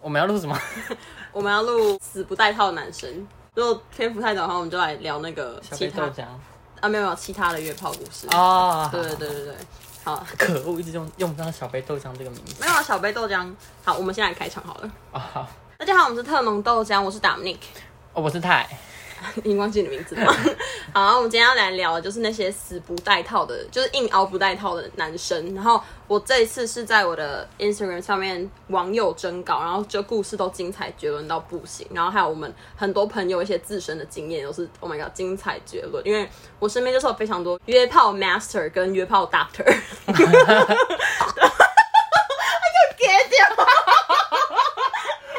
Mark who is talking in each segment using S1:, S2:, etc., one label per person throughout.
S1: 我们要录什么？
S2: 我们要录死不戴套的男生。如果篇幅太短的话，我们就来聊那个
S1: 小
S2: 其
S1: 黑豆
S2: 他
S1: 浆
S2: 啊，没有没有其他的约炮故事。
S1: 啊！
S2: 对对对对对，好，
S1: 可恶，一直用用不上小杯豆浆这个名 字
S2: 没有啊小杯豆浆。好，我们现在开场好了。
S1: 啊！好
S2: 大家好，我们是特浓豆浆，我是 Dominic，
S1: 哦，我是泰，
S2: 已经忘记你名字了吗。好，我们今天要来聊的就是那些死不戴套的，就是硬熬不戴套的男生。然后我这一次是在我的 Instagram 上面网友征稿，然后就故事都精彩绝伦到不行。然后还有我们很多朋友一些自身的经验都是 Oh my God 精彩绝伦，因为我身边就是有非常多约炮 Master 跟约炮 Doctor。就 给点吧，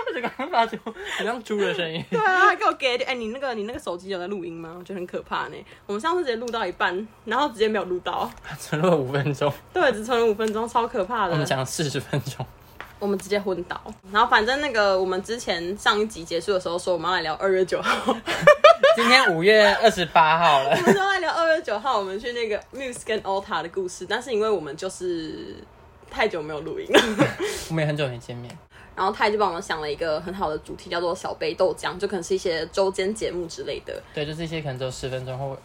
S1: 我就刚刚发出很像猪的 声音。
S2: 对啊，给我给点！哎、你那个你那个手机有在录音吗？我觉得很可怕呢。我们上次直接录到一半，然后直接没有录到，
S1: 存了五分钟，
S2: 对，只存了五分钟，超可怕的。
S1: 我们讲四十分钟。
S2: 我们直接昏倒。然后反正那个我们之前上一集结束的时候说我们要来聊二月九号，
S1: 今天五月二十八号了
S2: 我，们说要来聊二月九号我们去那个 Muse 跟 Ulta 的故事，但是因为我们就是太久没有录音了，
S1: 我们也很久没见面。
S2: 然后泰就帮我们想了一个很好的主题，叫做小杯豆浆，就可能是一些周间节目之类的，
S1: 对，就这些可能只有十分钟或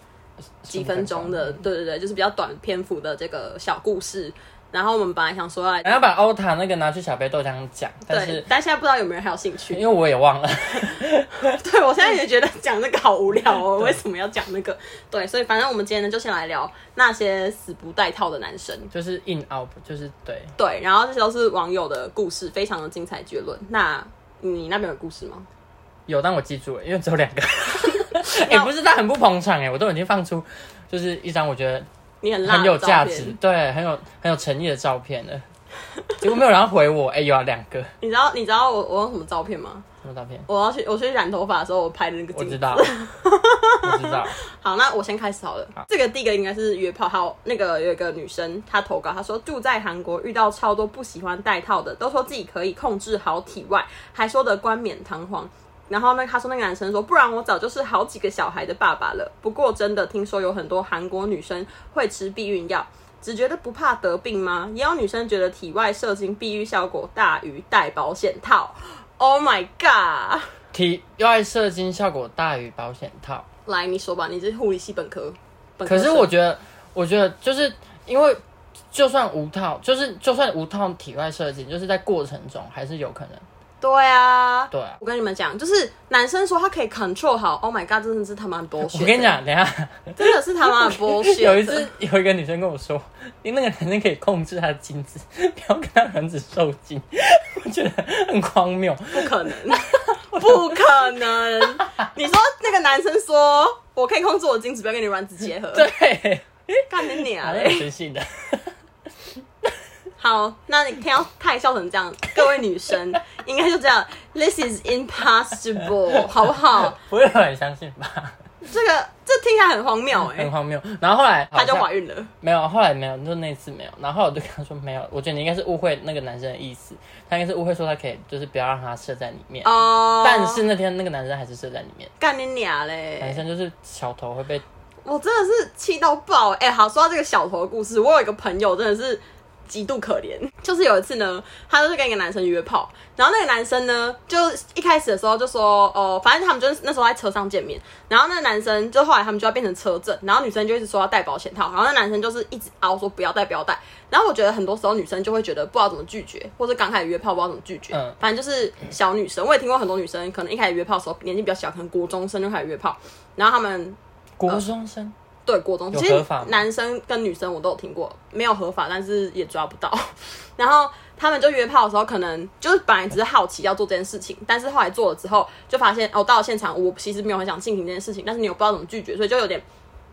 S2: 几分钟的，。对对对，就是比较短篇幅的这个小故事。然后我们本来想说要来，
S1: 然后把欧塔那个拿去小杯豆浆讲，哎但
S2: 对
S1: 是，
S2: 但现在不知道有没有人还有兴
S1: 因
S2: 趣。
S1: 为我也忘了，
S2: 对，我现在也觉得讲那个好无 聊哦，为什么要讲那个？对，所以反正我们今天呢，就先来聊那些死不戴套的男生。
S1: 就是硬凹，就是对。
S2: 对，然后这些都是网友的故事，非常的精彩绝伦。那你那边有故事吗？
S1: 有，但我记住了，因为只有两个。 哎、不是，他很不捧场哎、我都已经放出就是一张我觉得
S2: 你很辣，
S1: 很有价值，。对，很有很有诚意的照片了。结果没有人要回我，哎、有啊，两个
S2: 你知道你知道我我用什么照片吗？
S1: 什么照片？
S2: 我要去我去染头发的时候，我拍的那个
S1: 我
S2: 镜
S1: 知
S2: 子。
S1: 道，我知道，
S2: 好，那我先开始好了。这个第一个应该是约炮，好，那个有一个女生她投稿，她说住在韩国遇到超多不喜欢戴套的，都说自己可以控制好体外，还说的冠冕堂皇。然后呢，她说那个男生说，不然我早就是好几个小孩的爸爸了。不过真的听说有很多韩国女生会吃避孕药。只觉得不怕得病吗？也有女生觉得体外射精避孕效果大于戴保险套。Oh my god！
S1: 体外射精效果大于保险套。
S2: 来，你说吧，你是护理系本科，本科
S1: 可是
S2: 生
S1: 我觉得，我觉得就是因为就算无套，就是就算无套体外射精，就是在过程中还是有可能。
S2: 对啊，
S1: 对啊，
S2: 我跟你们讲，就是男生说他可以 control 好，Oh my god，真的是他妈的 bullshit。
S1: 我跟你，讲，等一下。
S2: 真的是他妈的 bullshit。
S1: 有一次，有一个女生跟我说，因为那个男生可以控制他的精子， 不要跟他卵子受精， 我觉得很荒谬。
S2: 不 可能，不可能。你说那个男生说我可以控制我的精子，不要跟你卵子结合，
S1: 对，
S2: 干你 娘
S1: 还
S2: 嘞！
S1: 是随性的。
S2: 好，那你听到太笑成这样，各位女生应该就这样，This is impossible，好不好？
S1: 不会有人相信吧？
S2: 这个这听起来很荒谬哎、
S1: 很荒谬。然后后来
S2: 她就
S1: 好像
S2: 怀孕了，
S1: 没有，后来没有，就那次没有。然后后来我就跟他说没有，我觉得你应该是误会那个男生的意思，他应该是误会说他可以，就是不要让他射在里面。
S2: 哦、
S1: 但是那天那个男生还是射在里面，
S2: 干你
S1: 男
S2: 娘嘞！
S1: 生就是小头会被
S2: 我真的是气到爆！哎、好，说到这个小头的故事，我有一个朋友真的是极度可怜。 就是有一次呢，他就是跟一个男生约炮，然后那个男生呢，就一开始的时候就说，哦、反正他们就是那时候在车上见面，然后那个男生就后来他们就要变成车震，然后女生就一直说要戴保险套，然后那男生就是一直凹说不要戴不要戴，然后我觉得很多时候女生就会觉得不知道怎么拒绝，或者刚开始约炮不知道怎么拒绝，
S1: 嗯
S2: 反正就是小女生，我也听过很多女生可能一开始约炮的时候年纪比较小，可能国中生就开始约炮，然后他们
S1: 国中生。
S2: 对，国中
S1: 有
S2: 其实
S1: 合法吗
S2: 男生跟女生我都有听过，没有合法，但是也抓不到。 然后他们就约炮的时候，可能就是本来只是好奇要做这件事情，但是后来做了之后，就发现哦，到了现场我其实没有很想进行这件事情，但是你又不知道怎么拒绝，所以就有点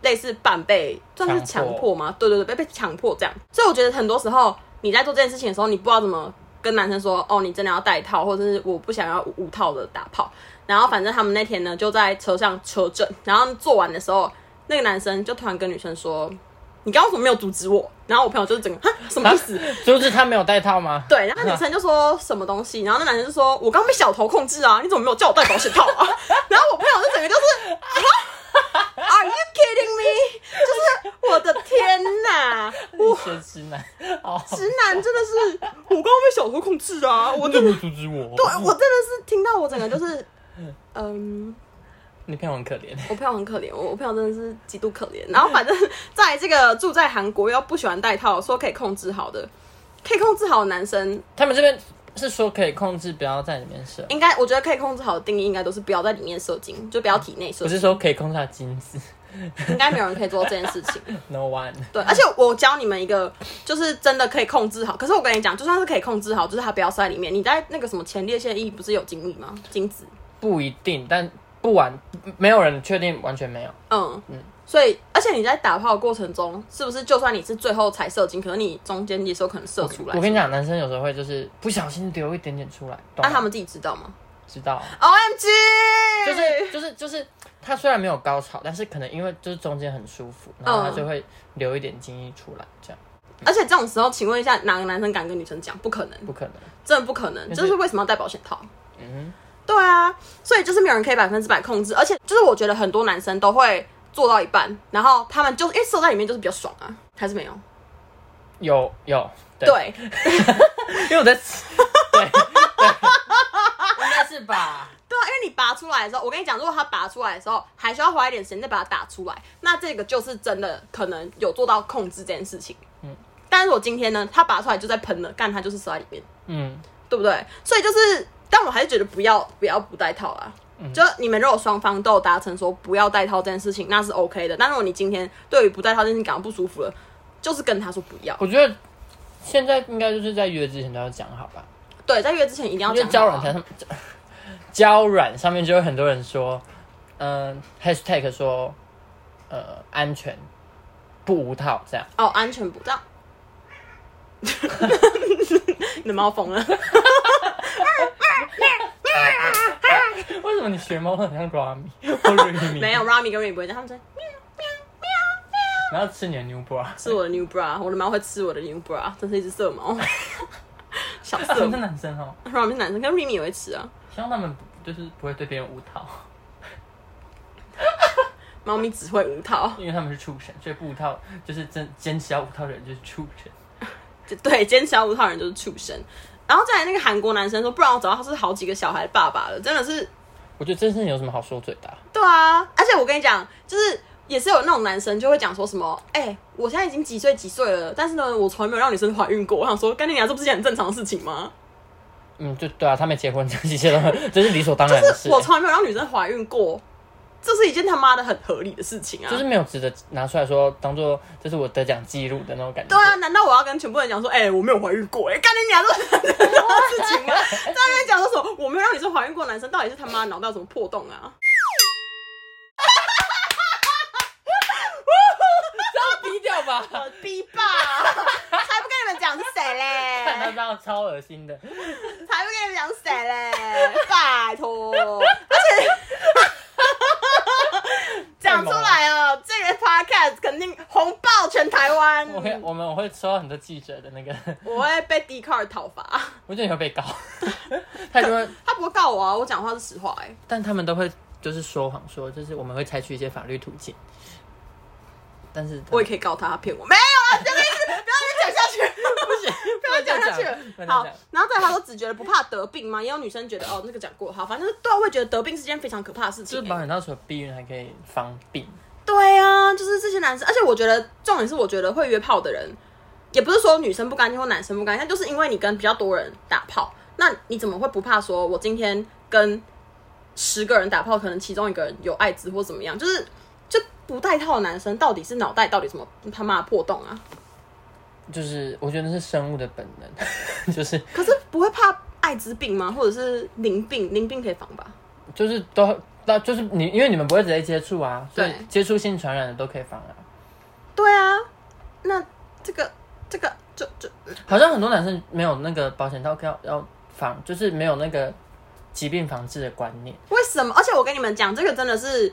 S2: 类似半被算是强
S1: 强迫
S2: 迫吗？对对对，被被强迫这样。所以我觉得很多时候你在做这件事情的时候，你不知道怎么跟男生说哦，你真的要带套，或者是我不想要无无套的打炮。然后反正他们那天呢就在车上车震，然后做完的时候，那个男生就突然跟女生说：“你刚刚怎么没有阻止我？”然后我朋友就是整个哈什么意思？
S1: 就是他没有戴套 吗？
S2: 对，然后女生就说什么东西，然后那男生就说：“我刚被小头控制啊，你怎么没有叫我戴保险套啊？” 然后我朋友就整个就是啊，Are you kidding me？就是我的天天哪，我
S1: 学直男，哦，
S2: 直男真的是，我刚刚被小偷控制啊！我真的，
S1: 阻止我？
S2: 对我真的是听到我整个就是，嗯，
S1: 你朋友很可怜，
S2: 我朋友很可怜，我我朋友真的是极度可怜。然后反正在这个住在韩国又不喜欢戴套，说可以控制好的，可以控制好的男生，
S1: 他们这边是说可以控制不要在里面射，
S2: 应该我觉得可以控制好的定义应该都是不要在里面射精，就不要体内射
S1: 不是
S2: 精，
S1: 说可以控制它的精子
S2: 应该没有人可以做到这件事情。
S1: ，no one。
S2: 对，而且我教你们一个，就是真的可以控制好。可是我跟你讲，就算是可以控制好，就是它不要塞里面。你在那个什么前列腺液不是有精液吗？精子，
S1: 不一定，但不完，没有人确定完全没有。
S2: 嗯所以，而且你在打炮的过程中，是不是就算你是最后才射精，可是你中间也是有可能射出来
S1: 我？跟你讲，男生有时候会就是不小心流一点点出来，懂
S2: 那、
S1: 吗
S2: 啊他们自己知道吗
S1: 知道，
S2: ？OMG，
S1: 就是就是就是，他虽然没有高潮，但是可能因为就是中间很舒服，然后他就会流一点精液出来，这样
S2: 而且这种时候，请问一下，哪个男生敢跟女生讲？不可能，
S1: 不可能。
S2: 真的不可能。
S1: 但
S2: 这
S1: 是
S2: 就是为什么要戴保险套。
S1: 嗯
S2: 对啊，所以就是没有人可以百分之百控制，而且就是我觉得很多男生都会做到一半，然后他们就因为射在里面就是比较爽啊，还是没有？
S1: 哼，有有，对，
S2: 对，
S1: 因为我在，对对，应该是吧。
S2: 对啊，因为你拔出来的时候，我跟你讲，如果他拔出来的时候还需要花一点时间再把它打出来，那这个就是真的可能有做到控制这件事情。嗯
S1: 嗯，
S2: 但是我今天呢，他拔出来就在喷了，干他就是射在里面，
S1: 嗯，
S2: 对不对？所以就是，但我还是觉得不要不要不戴套啦。
S1: 嗯
S2: 就你们如果双方都有达成说不要戴套这件事情，那是 OK 的。但如果你今天对于不戴套这件事情感到不舒服了，就是跟他说不要。
S1: 我觉得现在应该就是在约之前都要讲好吧。
S2: 对，在约之前一定要
S1: 因为
S2: 讲
S1: 交
S2: 好啊。
S1: 软上面，交软上面就有很多人说，嗯、h a s h t a g 说，呃，安全不无套这样，
S2: 哦，安全不 当。你的 猫疯了。
S1: 为什么你学猫很像 Rami 或 Remy？
S2: 没有，，Rami 跟 Remy 不会讲，他们说
S1: 然后吃你的啊 New Bra，
S2: 吃我的 new bra，我的猫会吃我的 new bra，真是一只 色猫，小
S1: 啊
S2: 色
S1: 很多
S2: 猫。
S1: 男生哦，
S2: Rami 是男生，跟 Remy 也会吃啊。
S1: 希望他们不就是不会对别人无套，
S2: 猫咪只会无套，
S1: 因为他们是畜生，所以不无套就是真坚持要无套的人就是畜生。
S2: 就对，坚持要无套的人就是畜生。然后再来那个韩国男生说，不然我找到他是好几个小孩的爸爸了，真的是
S1: 我觉得真是有什么好说嘴的啊、
S2: 对啊，而且我跟你讲，就是也是有那种男生就会讲说什么，哎、我现在已经几岁几岁了，但是呢，我从来没有让女生怀孕过。我想说，干你娘，这不是件很正常的事情吗？
S1: 嗯，就对啊，他没结婚，这一切都这是理所当然的
S2: 就是
S1: 事、
S2: 我从来没有让女生怀孕过，这是一件他妈的很合理的事情啊。
S1: 就是没有值得拿出来说，当做这是我得奖记录的那种感觉。
S2: 对啊，难道我要跟全部人讲说，哎、我没有怀孕过、哎，干你娘，这是很正常的事情 吗？在那边讲说什么，我没有让女生怀孕过，男生到底是他妈脑袋有什么破洞啊？
S1: 低调吧。
S2: 我逼吧，才不跟你们讲是谁
S1: 看到
S2: 嘞
S1: 这，样超恶心的，
S2: 才不跟你们讲是谁嘞，拜托，而且讲出来哦，这个 podcast 肯定红爆全台湾，
S1: 我会我们我会收到很多记者的那个，
S2: 我会被 d c a r 讨伐，
S1: 我觉得你会被告， 他就会，
S2: 他不会告我啊，我讲话是实话哎、
S1: 但他们都会就是说谎说，就是我们会采取一些法律途径，但是
S2: 我也可以告他，他骗我。没有啊，不要一直不要一直讲 下去，不行，不要讲下去
S1: 嗯不能再
S2: 了。
S1: 讲
S2: 好，然后再来他说只觉得不怕得病吗？也有女生觉得哦，那个讲过，好，反正就是对啊，我也觉得得病是件非常可怕的事
S1: 就
S2: 情
S1: 是
S2: 欸、
S1: 保险套除了避孕还可以防病，
S2: 对啊，就是这些男生，而且我觉得重点是，我觉得会约炮的人，也不是说女生不干净或男生不干净，但就是因为你跟比较多人打炮，那你怎么会不怕说我今天跟十个人打炮，可能其中一个人有艾滋或怎么样？就是就不戴套的男生到底是脑袋到底什么他妈的破洞啊？
S1: 就是我觉得那是生物的本能， 就是
S2: 可是不会怕艾滋病吗？或者是淋病？淋病可以防吧？
S1: 就是都那就是你因为你们不会直接接触啊，所以
S2: 对
S1: 接触性传染的都可以防啊。
S2: 对啊，那这个这个就就
S1: 好像很多男生没有那个保险套要要防，就是没有那个疾病防治的观念。
S2: 为什么？而且我跟你们讲，这个真的是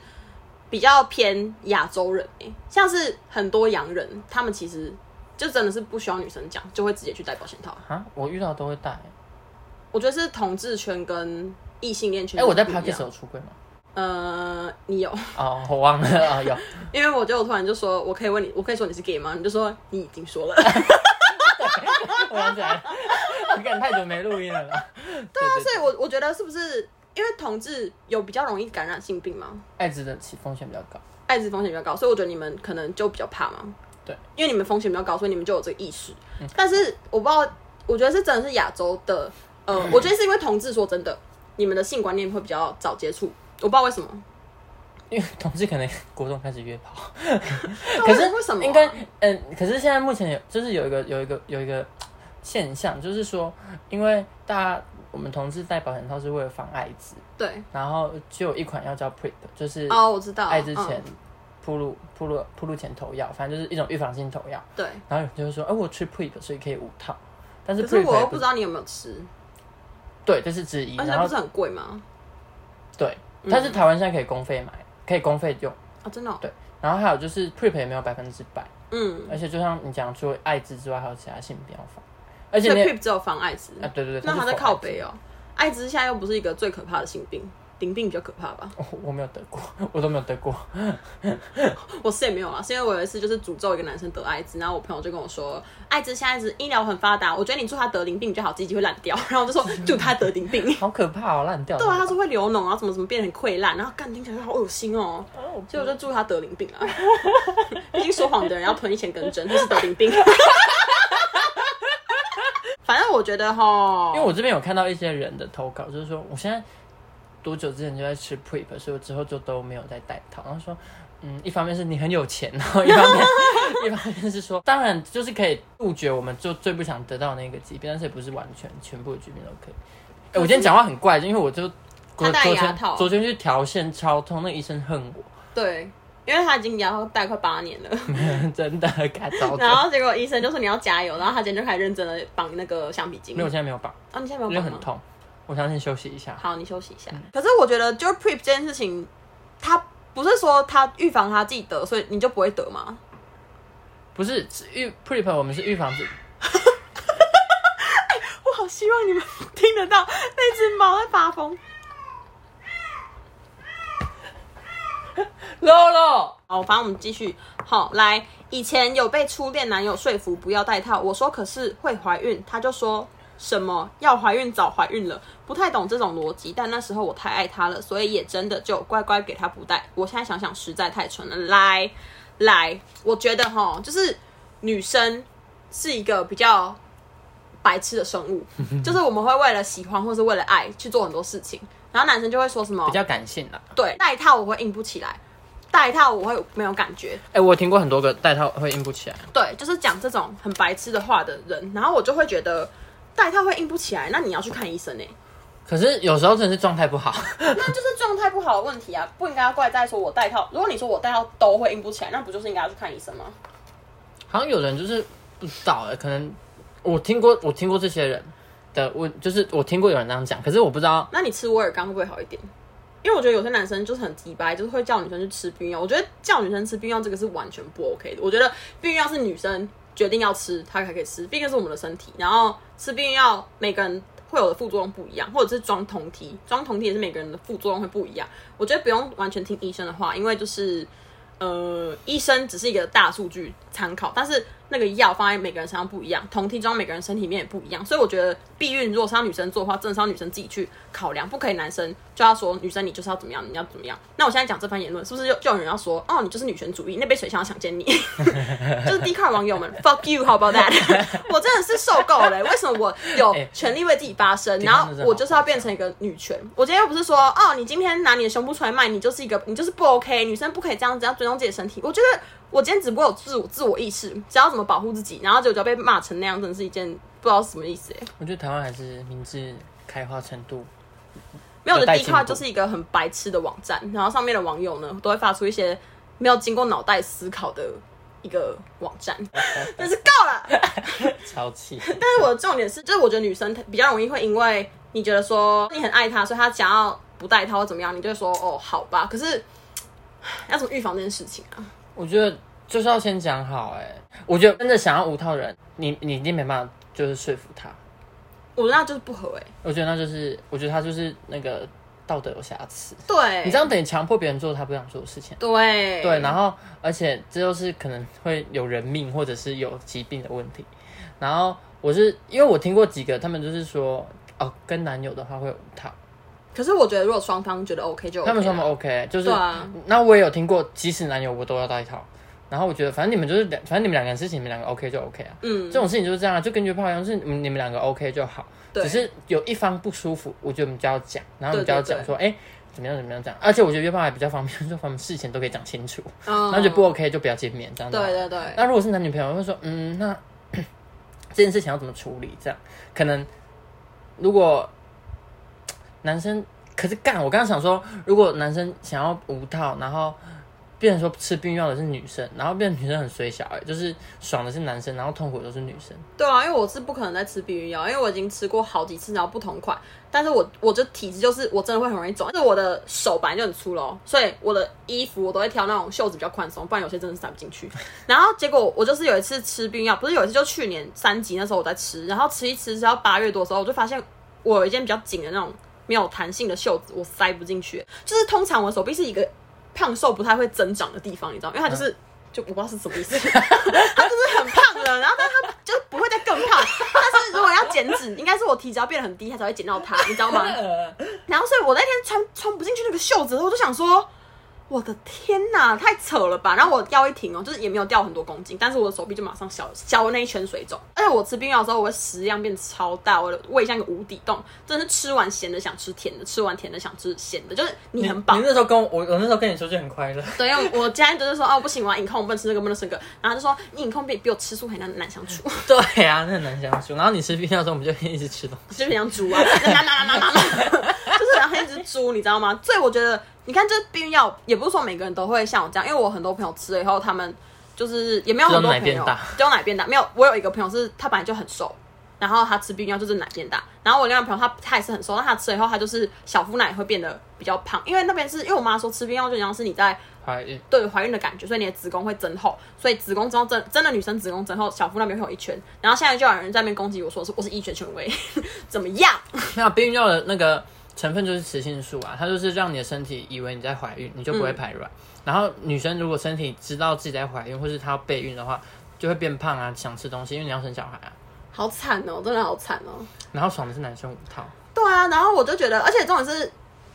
S2: 比较偏亚洲人、欸、像是很多洋人，他们其实就真的是不需要女生讲，就会直接去戴保险套。
S1: 啊，我遇到都会戴。
S2: 我觉得是同志圈跟异性恋圈
S1: 哎、我在
S2: 不一样
S1: Pocket 有出柜吗？
S2: 呃，你有，
S1: 哦，我忘了 啊、哦，有，
S2: 因为我就突然就说，我可以问你，我可以说你是 gay 吗？你就说你已经说 了。
S1: 我想起来了， 我感觉太久没录音了啦。对对
S2: 啊所以我我觉得是不是因为同志有比较容易感染性病吗？
S1: 艾滋的起风险比较高。
S2: 艾滋风险比较高，所以我觉得你们可能就比较怕嘛。
S1: 对，嗯
S2: 因为你们风险比较高，所以你们就有这个意识。但是我不知道，我觉得是真的是亚洲的，呃， 我觉得是因为同志，说真的，你们的性观念会比较早接触，我不知道为什么。
S1: 因为同志可能国中开始约炮，
S2: 可
S1: 可是
S2: 为什么啊、
S1: 应该嗯，可是现在目前有就是有一个有一个有一个现象，就是说，因为大家我们同志戴保险套是为了防艾滋，
S2: 对
S1: 然后就有一款药叫 PrEP，就是
S2: 哦，我知道，
S1: 艾滋前
S2: 嗯、
S1: 铺路铺路铺路前投药，反正就是一种预防性投药。
S2: 对。
S1: 然后有人就会说，哎、我吃 PrEP 所以可以无套，但是
S2: 可
S1: PrEP
S2: 是我又
S1: 也
S2: 不
S1: 不
S2: 知道你有没有吃，
S1: 对，这是之一。
S2: 而
S1: 然
S2: 且那
S1: 后
S2: 不是很贵吗？
S1: 对，
S2: 嗯
S1: 但是台湾现在可以公费买，可以公费用。
S2: 啊，真的哦、
S1: 对然后还有就是 PrEP 也没有百分之百，
S2: 嗯，
S1: 而且就像你讲，除了艾滋之外，还有其他性标法，而且
S2: 所以
S1: 你也
S2: PIP 只有防艾滋，
S1: 啊，对对对，
S2: 那
S1: 它
S2: 还
S1: 是
S2: 在
S1: 否
S2: 靠
S1: 艾滋
S2: 北哦。艾滋现在又不是一个最可怕的性病，淋病比较可怕吧？
S1: 哦 我没有得过，我都没有得过。
S2: 我是也没有啊，是因为我有一次就是诅咒一个男生得艾滋，然后我朋友就跟我说，艾滋现在是医疗很发达，我觉得你祝他得淋病比较好，自己就会烂掉。然后我就说祝他得淋病，
S1: 好可怕哦，烂掉了。
S2: 对啊，他说会流脓啊，怎么怎么变得很溃烂，然后干听起来就好恶心哦，
S1: 哦，
S2: 所以我就祝他得淋病啊。 毕竟说谎的人要吞一千根针，他是得淋病。 反正我觉得哈，
S1: 因为我这边有看到一些人的投稿，就是说我现在多久之前就在吃 Prep，所以我之后就都没有再戴套。然后说，嗯，一方面是你很有钱，然后一方面 一方面是说，当然就是可以杜绝我们就最不想得到那个疾病，但是也不是完全全部的疾病都可以。哎、我今天讲话很怪，因为我就昨
S2: 他戴
S1: 昨
S2: 牙
S1: 天
S2: 套
S1: 昨天去调线超痛，那医生恨我，
S2: 对，因为他已经牙套戴快八年了，
S1: 真的该遭
S2: 然
S1: 罪。
S2: 后结果医生就说你要加油，然后他今天就开始认真的绑那个橡皮筋。
S1: 没有，我现在没有绑，
S2: 啊，你现在没有
S1: 因为
S2: 绑吗
S1: 很痛，我想先休息一下。
S2: 好，你休息一下。可是我觉得，就是 prep 这件事情，他不是说他预防他自己得，所以你就不会得吗？
S1: 不是是预 Prep，我们是预防自
S2: 我好希望你们听得到那只猫在发疯。
S1: Lolo。
S2: 好，反正我们继续。好，来，以前有被初恋男友说服不要戴套，我说可是会怀孕，他就说什么要怀孕早怀孕了，不太懂这种逻辑。但那时候我太爱他了，所以也真的就乖乖给他不戴。我现在想想实在太蠢了。来，来，我觉得哈，就是女生是一个比较白痴的生物，就是我们会为了喜欢或是为了爱去做很多事情，然后男生就会说什么
S1: 比较感性啦。
S2: 对戴套我会硬不起来，戴套我会没有感觉，
S1: 哎、我听过很多个戴套会硬不起来，
S2: 对，就是讲这种很白痴的话的人，然后我就会觉得戴套会硬不起来，那你要去看医生欸呢、
S1: 可是有时候真的是状态不好。
S2: 那就是状态不好的问题啊，不应该怪在说我戴套。如果你说我戴套都会硬不起来，那不就是应该要去看医生吗？
S1: 好像有人就是不知道哎、可能我听过，我听过这些人的，我就是我听过有人这样讲，可是我不知道
S2: 哦那你吃威尔刚会不会好一点？因为我觉得有些男生就是很鸡掰，就是会叫女生去吃避孕药。我觉得叫女生吃避孕药这个是完全不 OK 的。我觉得避孕药是女生决定要吃，她才可以吃，毕竟是我们的身体。然后吃避孕药，每个人会有的副作用不一样，或者是装酮体，装酮体也是每个人的副作用会不一样。我觉得不用完全听医生的话，因为就是呃，医生只是一个大数据参考，但是那个药放在每个人身上不一样，同体装每个人身体里面也不一样，所以我觉得避孕如果是要女生做的话，真的是要女生自己去考量，不可以男生就要说女生你就是要怎么样，你要怎么样。那我现在讲这番言论，是不是就就有人要说哦，你就是女权主义，那杯水想要强奸你，就是低卡网友们 fuck you，how about that？我真的是受够了、欸为什么我有权利为自己发声，然后我就是要变成一个女权？我今天又不是说哦，你今天拿你的胸部出来卖，你就是一个你就是不 OK，女生不可以这样子，要尊重自己的身体。我觉得我今天只不过有自我自我意识，只要怎么保护自己，然后结果就被骂成那样，真的是一件不知道是什么意思、欸。
S1: 我觉得台湾还是明智开花程度。
S2: 没有
S1: 有
S2: 的
S1: 待
S2: d
S1: 进
S2: c
S1: 步
S2: a r 就是一个很白痴的网站，然后上面的网友呢都会发出一些没有经过脑袋思考的一个网站，真是够了。
S1: 超气，
S2: 但是我的重点是，就是我觉得女生比较容易会因为你觉得说你很爱她，所以她想要不带她或怎么样，你就会说哦好吧。可是要怎么预防这件事情啊？
S1: 我觉得就是要先讲好哎、我觉得真的想要无套的人，你你一定没办法就是说服他。
S2: 我那就是不合哎、
S1: 我觉得那就是，我觉得他就是那个道德有瑕疵。
S2: 对，
S1: 你这样等于强迫别人做他不想做的事情。
S2: 对
S1: 对，然后而且这就是可能会有人命或者是有疾病的问题。然后我是因为我听过几个，他们就是说哦，跟男友的话会有五套，
S2: 可是我觉得如果双方觉得 OK 就 OK
S1: 他们说他
S2: 了
S1: 们 OK，就是
S2: 对啊，
S1: 那我也有听过，即使男友我都要带一套。然后我觉得，反正你们就是两，反正你们两个人事情，你们两个 OK 就 OK 啊。
S2: 嗯
S1: 这，种事情就是这样啊，就跟约炮一样，就是你们你们两个 OK 就好。
S2: 对
S1: 只是有一方不舒服，我觉得我们就要讲，然后我们就
S2: 对
S1: 要
S2: 对
S1: 讲说，哎、怎么样怎么样这样。而且我觉得约炮还比较方便， 就是我们事前都可以讲清楚，
S2: 嗯
S1: 然后就不 OK 就不要见面这样子。
S2: 对对对，
S1: 那如果是男女朋友，会说，嗯，那 这件事情要怎么处理？这样可能如果男生，可是干，我刚刚想说，如果男生想要无套，然后变成说吃避孕药的是女生，然后变成女生很水小、欸，就是爽的是男生，然后痛苦的都是女生。
S2: 对啊，因为我是不可能再吃避孕药，因为我已经吃过好几次，然后不同款，但是我我就体质就是我真的会很容易肿，就是我的手本来就很粗喽，所以我的衣服我都会挑那种袖子比较宽松，不然有些真的塞不进去。然后结果我就是有一次吃避孕药，不是有一次就去年三级那时候我在吃，然后吃一吃吃到八月多的时候，我就发现我有一件比较紧的那种没有弹性的袖子，我塞不进去。就是通常我手臂是一个胖瘦不太会增长的地方，你知道吗，因为它就是。就我不知道是什么意思，它就是很胖了，然后但它就是不会再更胖，但是如果要减脂，应该是我体脂要变得很低，它才会减到它，你知道吗？然后所以我那天穿穿不进去那个袖子，我就想说，我的天哪，太扯了吧！然后我腰一停哦，就是也没有掉很多公斤，但是我的手臂就马上消消了那一圈水肿。而且我吃避孕药的时候，我的食量变超大，我的胃像一个无底洞，真的是吃完咸的想吃甜的，吃完甜的想吃咸的，就是你很饱
S1: 你。那时候跟我，我我那时候跟你说就很快乐。
S2: 对，因为我家人就是说，哦，不行，我要隐控，我不能吃这个，不能吃那个。然后他就说，你隐控比比我吃素还难难相处，
S1: 对啊，那很难相处。然后你吃避孕药的时候，我们就一直吃东西。
S2: 就是很像猪啊， 拿拿拿拿拿， 就是很像一只猪，你知道吗？所以我觉得，你看这避孕药，也不是说每个人都会像我这样，因为我很多朋友吃了以后，他们就是也没有很
S1: 只
S2: 多
S1: 有奶
S2: 朋
S1: 变
S2: 友
S1: 大，
S2: 只有奶变大，没有。我有一个朋友是他本来就很瘦。然后他吃避孕药就是奶变大，然后我另外一个朋友他他也是很瘦，但他吃了以后他就是小腹奶会变得比较胖，因为那边是因为我妈说吃避孕药就像是你在
S1: 怀孕
S2: 对怀孕的感觉，所以你的子宫会增厚，所以子宫增厚真真的女生子宫增厚，小腹那边会有一圈。然后现在就有人在那边攻击我说是我是医学 权威，怎么样？
S1: 没有避孕药的那个成分就是雌性素啊，它就是让你的身体以为你在怀孕，你就
S2: 嗯
S1: 不会排卵。然后女生如果身体知道自己在怀孕，或是她要备孕的话，就会变胖啊，想吃东西，因为你要生小孩啊。
S2: 好惨哦，真的好惨哦。
S1: 然后爽的是男生五套，
S2: 对啊，然后我就觉得，而且重点是，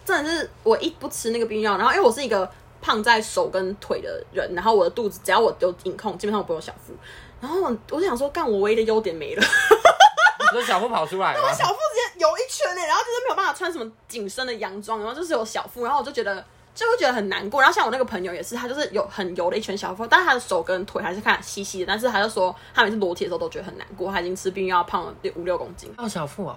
S2: 真的是我一不吃那个避孕药，然后因为我是一个胖在手跟腿的人，然后我的肚子只要我有隐控，基本上我不用小腹。然后我我就想说，干我唯一的优点没了，
S1: 你说小腹跑出来吗？
S2: 小腹直接有一圈呢、然后就是没有办法穿什么紧身的洋装，然后就是有小腹，然后我就觉得就会觉得很难过。然后像我那个朋友也是，他就是有很油的一圈小腹，但是他的手跟腿还是看起来细细的，但是他就说他每次裸体的时候都觉得很难过，他已经吃避孕药胖了六五六公斤。
S1: 还有小腹哦，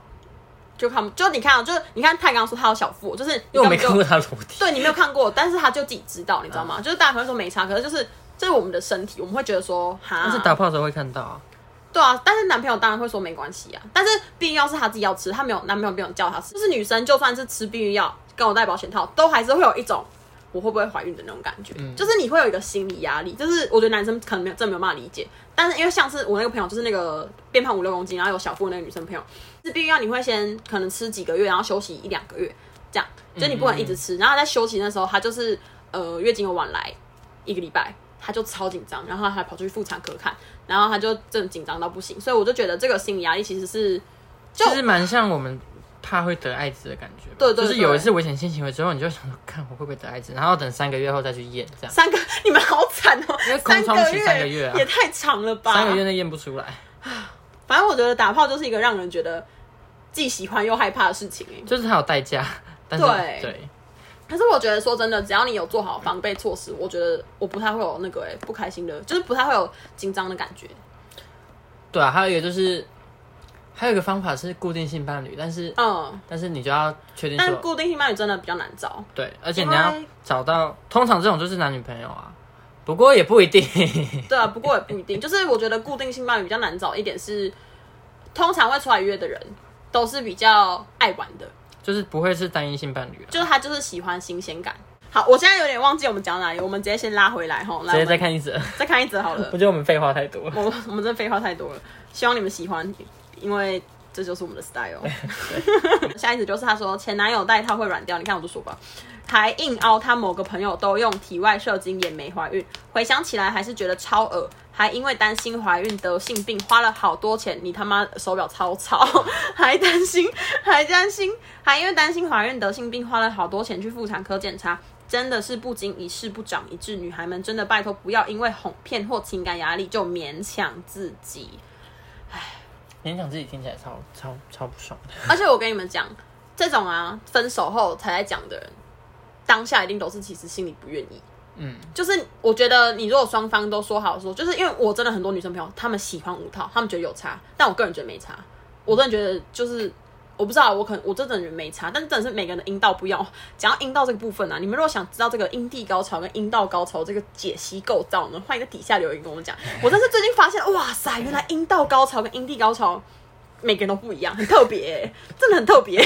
S2: 就看不，就你看啊，就是你看他刚刚说他有小腹，就是
S1: 因
S2: 你
S1: 为我
S2: 根
S1: 没
S2: 本
S1: 看
S2: 就
S1: 过嗯他裸体。
S2: 对你没有看过，但是他就自己知道，你知道吗？就是大家可能说没差，可是就是这是我们的身体，我们会觉得说哈
S1: 但是，打炮的时候会看到啊，
S2: 对啊，但是男朋友当然会说没关系啊，但是避孕药是他自己要吃，他没有男朋友没有叫他吃，就是女生就算是吃避孕药跟我戴保险套，都还是会有一种。我会不会怀孕的那种感觉，就是你会有一个心理压力，就是我觉得男生可能没有真的没有办法理解，但是因为像是我那个朋友，就是那个变胖五六公斤，然后有小腹的那个女生朋友，吃避孕药你会先可能吃几个月，然后休息一两个月，这样，就你不能一直吃。然后在休息那时候，她就是呃月经有晚来一个礼拜，她就超紧张，然后她还跑出去妇产科看，然后她就真的紧张到不行。所以我就觉得这个心理压力其实是就
S1: 其实蛮像我们怕会得艾滋的感觉吧。
S2: 对对对
S1: 就是有一次危险性行为之后，你就想说，看我会不会得艾滋，然后等三个月后再去验，这样
S2: 三个， 你们好惨哦、
S1: 因为空
S2: 三
S1: 窗
S2: 个
S1: 期
S2: 月
S1: 三个月啊
S2: 也太长了吧？
S1: 三个月内验不出来。
S2: 反正我觉得打炮就是一个让人觉得既喜欢又害怕的事情、欸。
S1: 就是它有代价，但是
S2: 对
S1: 对，
S2: 可是我觉得说真的，只要你有做好防备措施，我觉得我不太会有那个哎、不开心的，就是不太会有紧张的感觉。
S1: 对啊，还有一个就是，还有一个方法是固定性伴侣，但是、
S2: 嗯，
S1: 但是你就要确定
S2: 但
S1: 说，
S2: 固定性伴侣真的比较难找。
S1: 对，而且
S2: 因
S1: 你要
S2: 为
S1: 找到，通常这种就是男女朋友啊，不过也不一定，
S2: 对啊，不过也不一定。就是我觉得固定性伴侣比较难找一点是，通常会出来约的人都是比较爱玩的，
S1: 就是不会是单一性伴侣啊，
S2: 就是他就是喜欢新鲜感。好，我现在有点忘记我们讲哪里，我们直接先拉回来哈，
S1: 直
S2: 来
S1: 接再
S2: 我们
S1: 看一 则。
S2: 再看一则好了
S1: 我。觉得我们废话太多了，
S2: 我我们真的废话太多了，希望你们喜欢，因为这就是我们的 style。下 一次就是他说前男友戴套会软掉，你看我就说吧，还硬凹他某个朋友都用体外射精也没怀孕，回想起来还是觉得超恶，还因为担心怀孕得性病花了好多钱，你他妈手表超吵，还担心 还担心还因为担心怀孕得性病花了好多钱去妇产科检查。真的是不经一事不长一智，女孩们真的拜托不要因为哄骗或情感压力就勉强自己。
S1: 勉强自己听起来超超超不爽的。
S2: 而且我跟你们讲，这种啊，分手后才来讲的人，当下一定都是其实心里不愿意。
S1: 嗯，
S2: 就是我觉得你如果双方都说好说，就是因为我真的很多女生朋友，她们喜欢五套，她们觉得有差，但我个人觉得没差。我真的觉得就是我不知道，我可能我真的觉得没差，但是真的是每个人的阴道不一样。讲到阴道这个部分啊，你们如果想知道这个阴蒂高潮跟阴道高潮这个解析构造呢，欢迎在底下留言跟我们讲。我真是最近发现，哇塞，原来阴道高潮跟阴蒂高潮。每个人都不一样，很特别、真的很特别。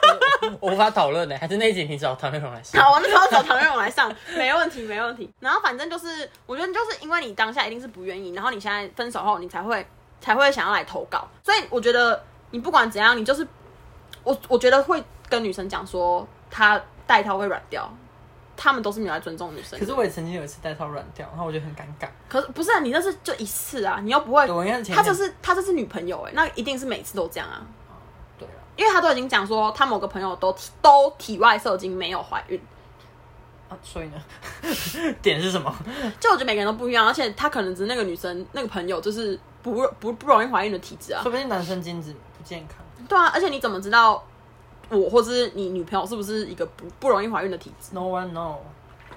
S1: 我无法讨论欸呢，还是那一集你找唐月荣来上。
S2: 好，我那时候找唐月荣来上， 没问题，没问题。然后反正就是，我觉得就是因为你当下一定是不愿意，然后你现在分手后，你才会才会想要来投稿。所以我觉得你不管怎样，你就是我，我觉得会跟女生讲说，她带套会软掉，他们都是没有来尊重女生的。
S1: 可是我也曾经有一次带套软掉，然后我觉得很尴尬。
S2: 可是不是啊，你那是就一次啊，你又不会
S1: 对，，我应该是前
S2: 她
S1: 面
S2: 这是她这是女朋友哎、那一定是每次都这样啊。
S1: 对啊
S2: 因为她都已经讲说，她某个朋友都都体外射精没有怀孕，
S1: 啊，所以呢， 点是什么？
S2: 就我觉得每个人都不一样，而且她可能只是那个女生那个朋友就是不不不容易怀孕的体质啊。
S1: 说不定男生精子不健康。
S2: 对啊，而且你怎么知道我或是你女朋友是不是一个不不容易怀孕的体质？
S1: No one know。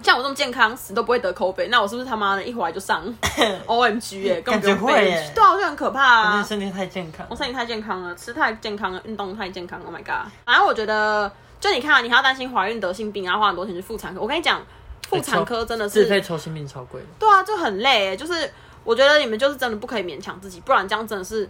S2: 像我这么健康，死都不会得 COVID，那我是不是他妈的一怀就上 OMG 耶、
S1: 嗯
S2: 根本
S1: 感
S2: 不
S1: 觉
S2: 用
S1: 会耶
S2: 备对啊，我就很可怕
S1: 可能
S2: 啊。
S1: 身体太健康
S2: 我。身体太健康了，吃太健康了，运动太健康了，Oh my god！反正我觉得，就你看、啊，你还要担心怀孕得性病，然啊后花很多钱去妇产科。我跟你讲，妇产科真的是
S1: 自费抽性病超贵的。
S2: 对啊，就很累欸。就是我觉得你们就是真的不可以勉强自己，不然这样真的是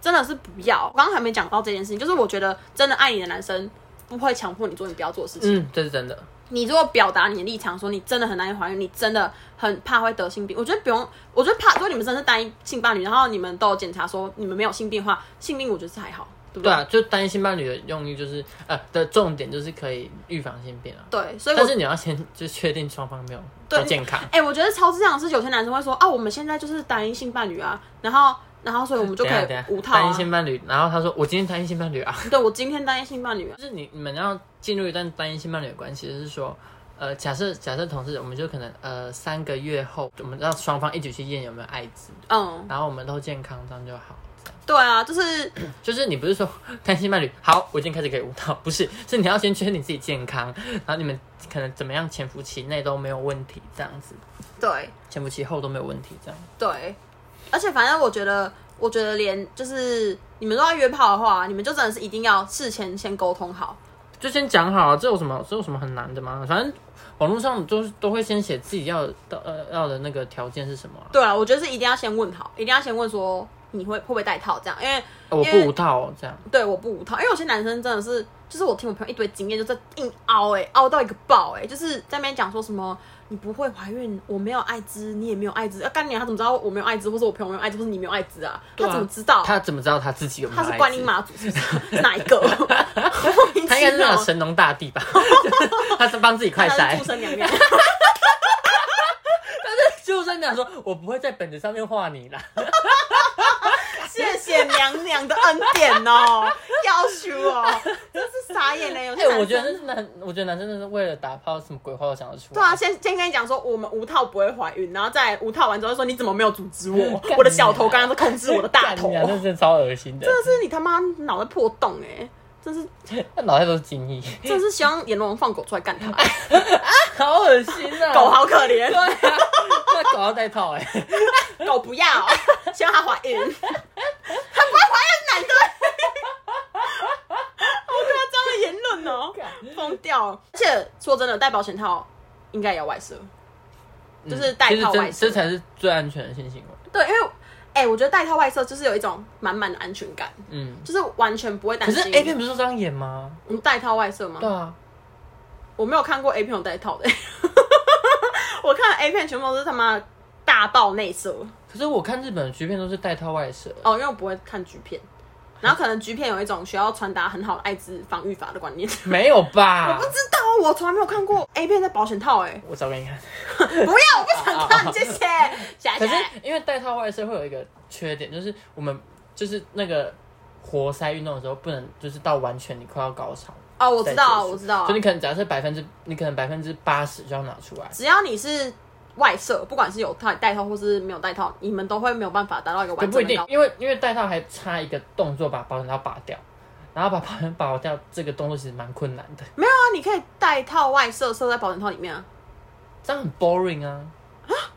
S2: 真的是不要。我刚刚还没讲到这件事情，就是我觉得真的爱你的男生不会强迫你做你不要做的事情。
S1: 嗯，这是真的。
S2: 你如果表达你的立场，说你真的很难以怀孕，你真的很怕会得性病，我觉得不用。我觉得怕，如果你们真的是单一性伴侣，然后你们都有检查说你们没有性病的话，性病我觉得是还好，对不
S1: 对
S2: 对？
S1: 啊，就单一性伴侣的用意就是呃的重点就是可以预防性病啊。
S2: 对，所以我
S1: 但是你要先就确定双方没有
S2: 对
S1: 不健康。
S2: 哎、我觉得超智障的是，有些男生会说啊，我们现在就是单一性伴侣啊，然后然后所以我们就
S1: 等
S2: 可
S1: 一下等一
S2: 以
S1: 下
S2: 无套、
S1: 单一
S2: 啊。
S1: 性伴侣，然后他说我今天单一性伴侣啊，
S2: 对我今天单一性伴侣啊，
S1: 就是你你们要进入一段单一性伴侣的关系，就是说，呃，假设假设同事，我们就可能呃三个月后，我们让双方一起去验有没有艾滋，
S2: 嗯，
S1: 然后我们都健康，这样就好。这样
S2: 对啊，就是
S1: 就是你不是说 单性伴侣好，我已经开始可以无套， 不是，是你要先确定你自己健康，然后你们可能怎么样潜伏期内都没有问题，这样子，
S2: 对
S1: 潜伏期后都没有问题，这样。
S2: 对，而且反正我觉得，我觉得连就是你们都要约炮的话，你们就真的是一定要事前先沟通好。
S1: 就先讲好啊，这有什么这有什么很难的吗？反正网络上都是都会先写自己要的呃要的那个条件是什么啊、
S2: 对啊，我觉得是一定要先问好，一定要先问说你会会不会戴套这样，因为
S1: 呃我
S2: 因为
S1: 不无套、哦、这样，
S2: 对我不无套，因为有些男生真的是，就是我听我朋友一堆经验，就是硬凹哎、凹到一个爆哎、就是在那边讲说什么。你不会怀孕，我没有艾滋，你也没有艾滋，啊，干你娘！他怎么知道我没有艾滋，或是我朋友没有艾滋，或是你没有艾滋啊？
S1: 对啊
S2: 他怎么知道？
S1: 他怎么知道他自己有没有
S2: 他
S1: 艾滋？
S2: 是观音妈祖是不是？ 是 哪一个？莫名
S1: 他应该
S2: 其
S1: 是那
S2: 妙
S1: 种。神农大帝吧？ 他是帮自己快
S2: 哦他是
S1: 筛
S2: 畜。生娘 娘，
S1: 就在那说，我不会在本子上面画你啦。
S2: 谢谢娘娘的恩典哦， 要求哦，真是傻眼嘞！有
S1: 哎、
S2: 些男
S1: 我觉
S2: 生
S1: 得那男，我觉得男生真的是为了打炮，什么鬼话都想得出来。
S2: 对啊，先先跟你讲说，我们无套不会怀孕，然后再无套完之后说，你怎么没有阻止我
S1: 干？啊
S2: 我的小头刚刚在控制我的大头，
S1: 干你啊那
S2: 这
S1: 真的超恶心的，
S2: 是你他妈脑袋破洞哎、真是，
S1: 他脑袋都是精 液，
S2: 真是希望阎罗王放狗出来干 他！
S1: 好恶心 啊！
S2: 狗好可怜
S1: 对，啊，那狗要戴套 哎、
S2: 狗 不要，希望它怀孕，它不会怀孕，男的。 好夸张的言论哦，疯掉！而且说真的，戴保险套应该也要外射，就是戴套外
S1: 嗯其实这
S2: 射
S1: 这才是最安全的性行为。
S2: 对，因为哎、我觉得戴套外射就是有一种满满的安全感，
S1: 嗯，
S2: 就是完全不会担
S1: 可是
S2: 心。
S1: A 片不是这样演吗？
S2: 你戴套外射吗
S1: 对？啊，
S2: 我没有看过 A 片有戴套的、 我看 A 片全部都是他妈大爆内射
S1: 可是我看日本的剧片都是带套外射，
S2: 哦，因为我不会看剧片。然后可能橘片有一种需要传达很好的艾滋防御法的观念。
S1: 没有吧
S2: 不？知道，我从来没有看过 A 片的保险套、哎，
S1: 我找给你看。
S2: 不要，我不 想看，谢谢。下
S1: 可
S2: 下
S1: 是因为戴套外射会有一个缺点，就是我们就是那个活塞运动的时候，不能就是到完全你快要高潮，
S2: 哦，我知
S1: 再
S2: 道，
S1: 结束
S2: 我知道
S1: 就，你可能假设百分之你可能百分之八十就要拿出来。
S2: 只要你是外射，不管是有套带套或是没有带套，你们都会没有办法达到一个
S1: 也
S2: 完
S1: 不一
S2: 整的
S1: 定
S2: 高，
S1: 因为因为戴套还差一个动作把保险套拔掉，然后把保险拔掉这个动作其实蛮困难的，
S2: 那啊你可以带套外射射在保险套里面啊。
S1: 这样很 boring 啊。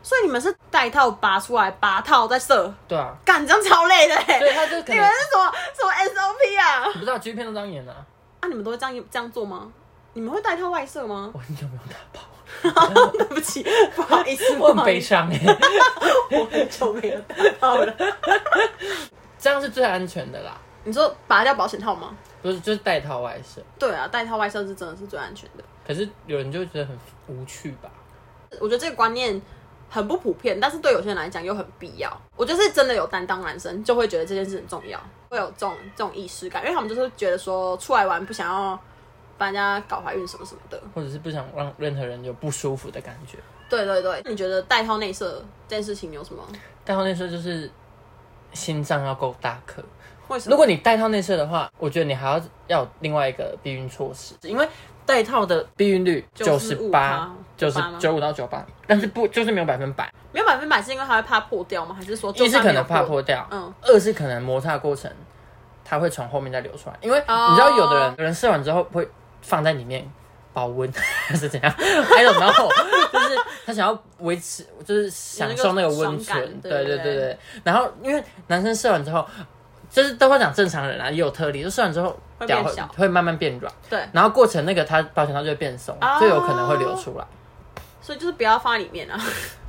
S2: 所以你们是带套拔出来，拔套再射，
S1: 对啊，
S2: 干这样超累的、
S1: 所以
S2: 欸。
S1: 他就可
S2: 你
S1: 能
S2: 们是什么什么 SOP 啊？
S1: 你不知道 G 片都这样演啊，
S2: 啊，你们都会这样这样做吗？你们会带套外射吗？
S1: 我有没有打炮？
S2: 对不起，不好意思，
S1: 哦我
S2: 不
S1: 很
S2: 好意
S1: 悲
S2: 思，
S1: 伤哎、
S2: 我很久没有带套了。
S1: 这样是最安全的啦，
S2: 你说拔掉保险套吗？
S1: 不是就是戴套外射。
S2: 对啊，带套外射是真的是最安全的。
S1: 可是有人就会觉得很无趣吧？
S2: 我觉得这个观念很不普遍，但是对有些人来讲又很必要。我觉得是真的有担当男生就会觉得这件事很重要，会有这种这种意识感，因为他们就是觉得说出来玩不想要把人家搞怀孕什么什么的。
S1: 或者是不想让任何人有不舒服的感觉。
S2: 对对对，你觉得带套内射这件事情有什么？
S1: 戴套内射就是心脏要够大颗。
S2: 为什么？
S1: 如果你戴套内射的话，我觉得你还要要有另外一个避孕措施，因为戴套的避孕率九十八
S2: 95%、
S1: 九十
S2: 98%
S1: 九五到九八，但是不就是没有百分百，
S2: 没有百分百是因为他会怕破掉吗？还是说就
S1: 一是
S2: 算
S1: 可
S2: 没有
S1: 能怕破掉，
S2: 嗯，
S1: 二是可能摩擦过程它会从后面再流出来，因为
S2: 哦
S1: 你知道有的人、有人射完之后会放在里面保温 是怎样？I don't know，就是 他想要维持，就是享受那个温
S2: 有那个爽
S1: 存
S2: 感，
S1: 对
S2: 对
S1: 对
S2: 对
S1: 对对。然后因为男生射完之后，就是都会讲正常人啊，也有特例，就射完之后
S2: 会变
S1: 屌会
S2: 小
S1: 会慢慢变软，
S2: 对，
S1: 然后过程那个它保险套就会变松
S2: 哦，
S1: 就有可能会流出来。
S2: 所以就是不要放在里面啊。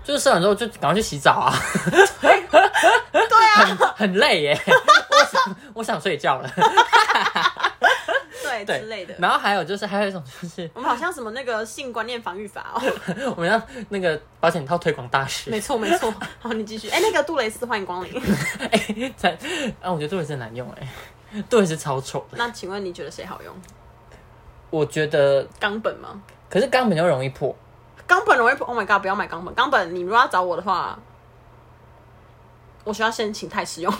S1: 就是射完之后就赶快去洗澡啊，
S2: 对啊，
S1: 很很累耶， 我想我想睡觉了。
S2: 对
S1: 对
S2: 之类的。
S1: 然后还有就是还有一种就是
S2: 我们好像什么那个性观念防御法哦，
S1: 我们要那个保险套推广大使，
S2: 没错没错。好，你继续。哎、那个杜蕾斯欢迎光 临。
S1: 哎，才啊，我觉得杜蕾斯很难用哎、杜蕾斯超丑的。
S2: 那请问你觉得谁好用？
S1: 我觉得，
S2: 冈本吗？
S1: 可是肛门又容易破，
S2: 冈本容易破，Oh my god！不要买冈本，冈本你如果要找我的话，我需要先请泰师用。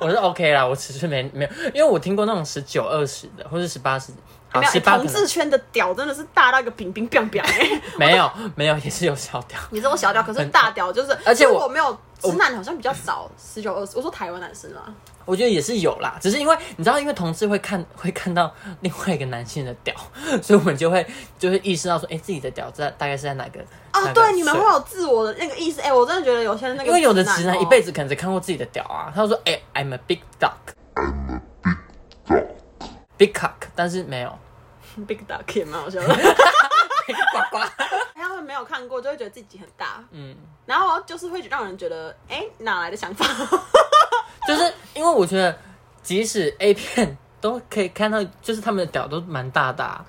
S1: 我是 OK 啦，我只是没没有，因为我听过那种十九二十的，或是十八十，好
S2: 没有、
S1: 十
S2: 欸
S1: 八
S2: 同
S1: 可能
S2: 志圈的屌真的是大到一个冰冰冰冰哎！
S1: 没有没有，也 是有小屌。
S2: 你说我小屌，可是大屌就是，
S1: 而且我
S2: 如果没有直男好像比较少，十九二十。我说台湾男生啊，
S1: 我觉得也是有啦，只是因为你知道，因为同志会看 会看到另外一个男性的屌，所以我们就会就会意识到说，哎、自己的屌在大概是在哪个
S2: 哦，对，你们会有自我的那个意识。哎、我真的觉得有些那个，
S1: 因为有的直男一辈
S2: 子，
S1: 子可能只看过自己的屌啊，他就说：“哎、i m a big duck，big cock。”但是没 有
S2: 哦 Big Duck 也蛮好笑的。
S1: 呱呱。
S2: 他们没有看过，就会觉得自己很大，
S1: 嗯，
S2: 然后就是会让人觉得，哎、哪来的想法？
S1: 就是因为我觉得，即使 A 片都可以看到，就是他们的屌都蛮大的、啊，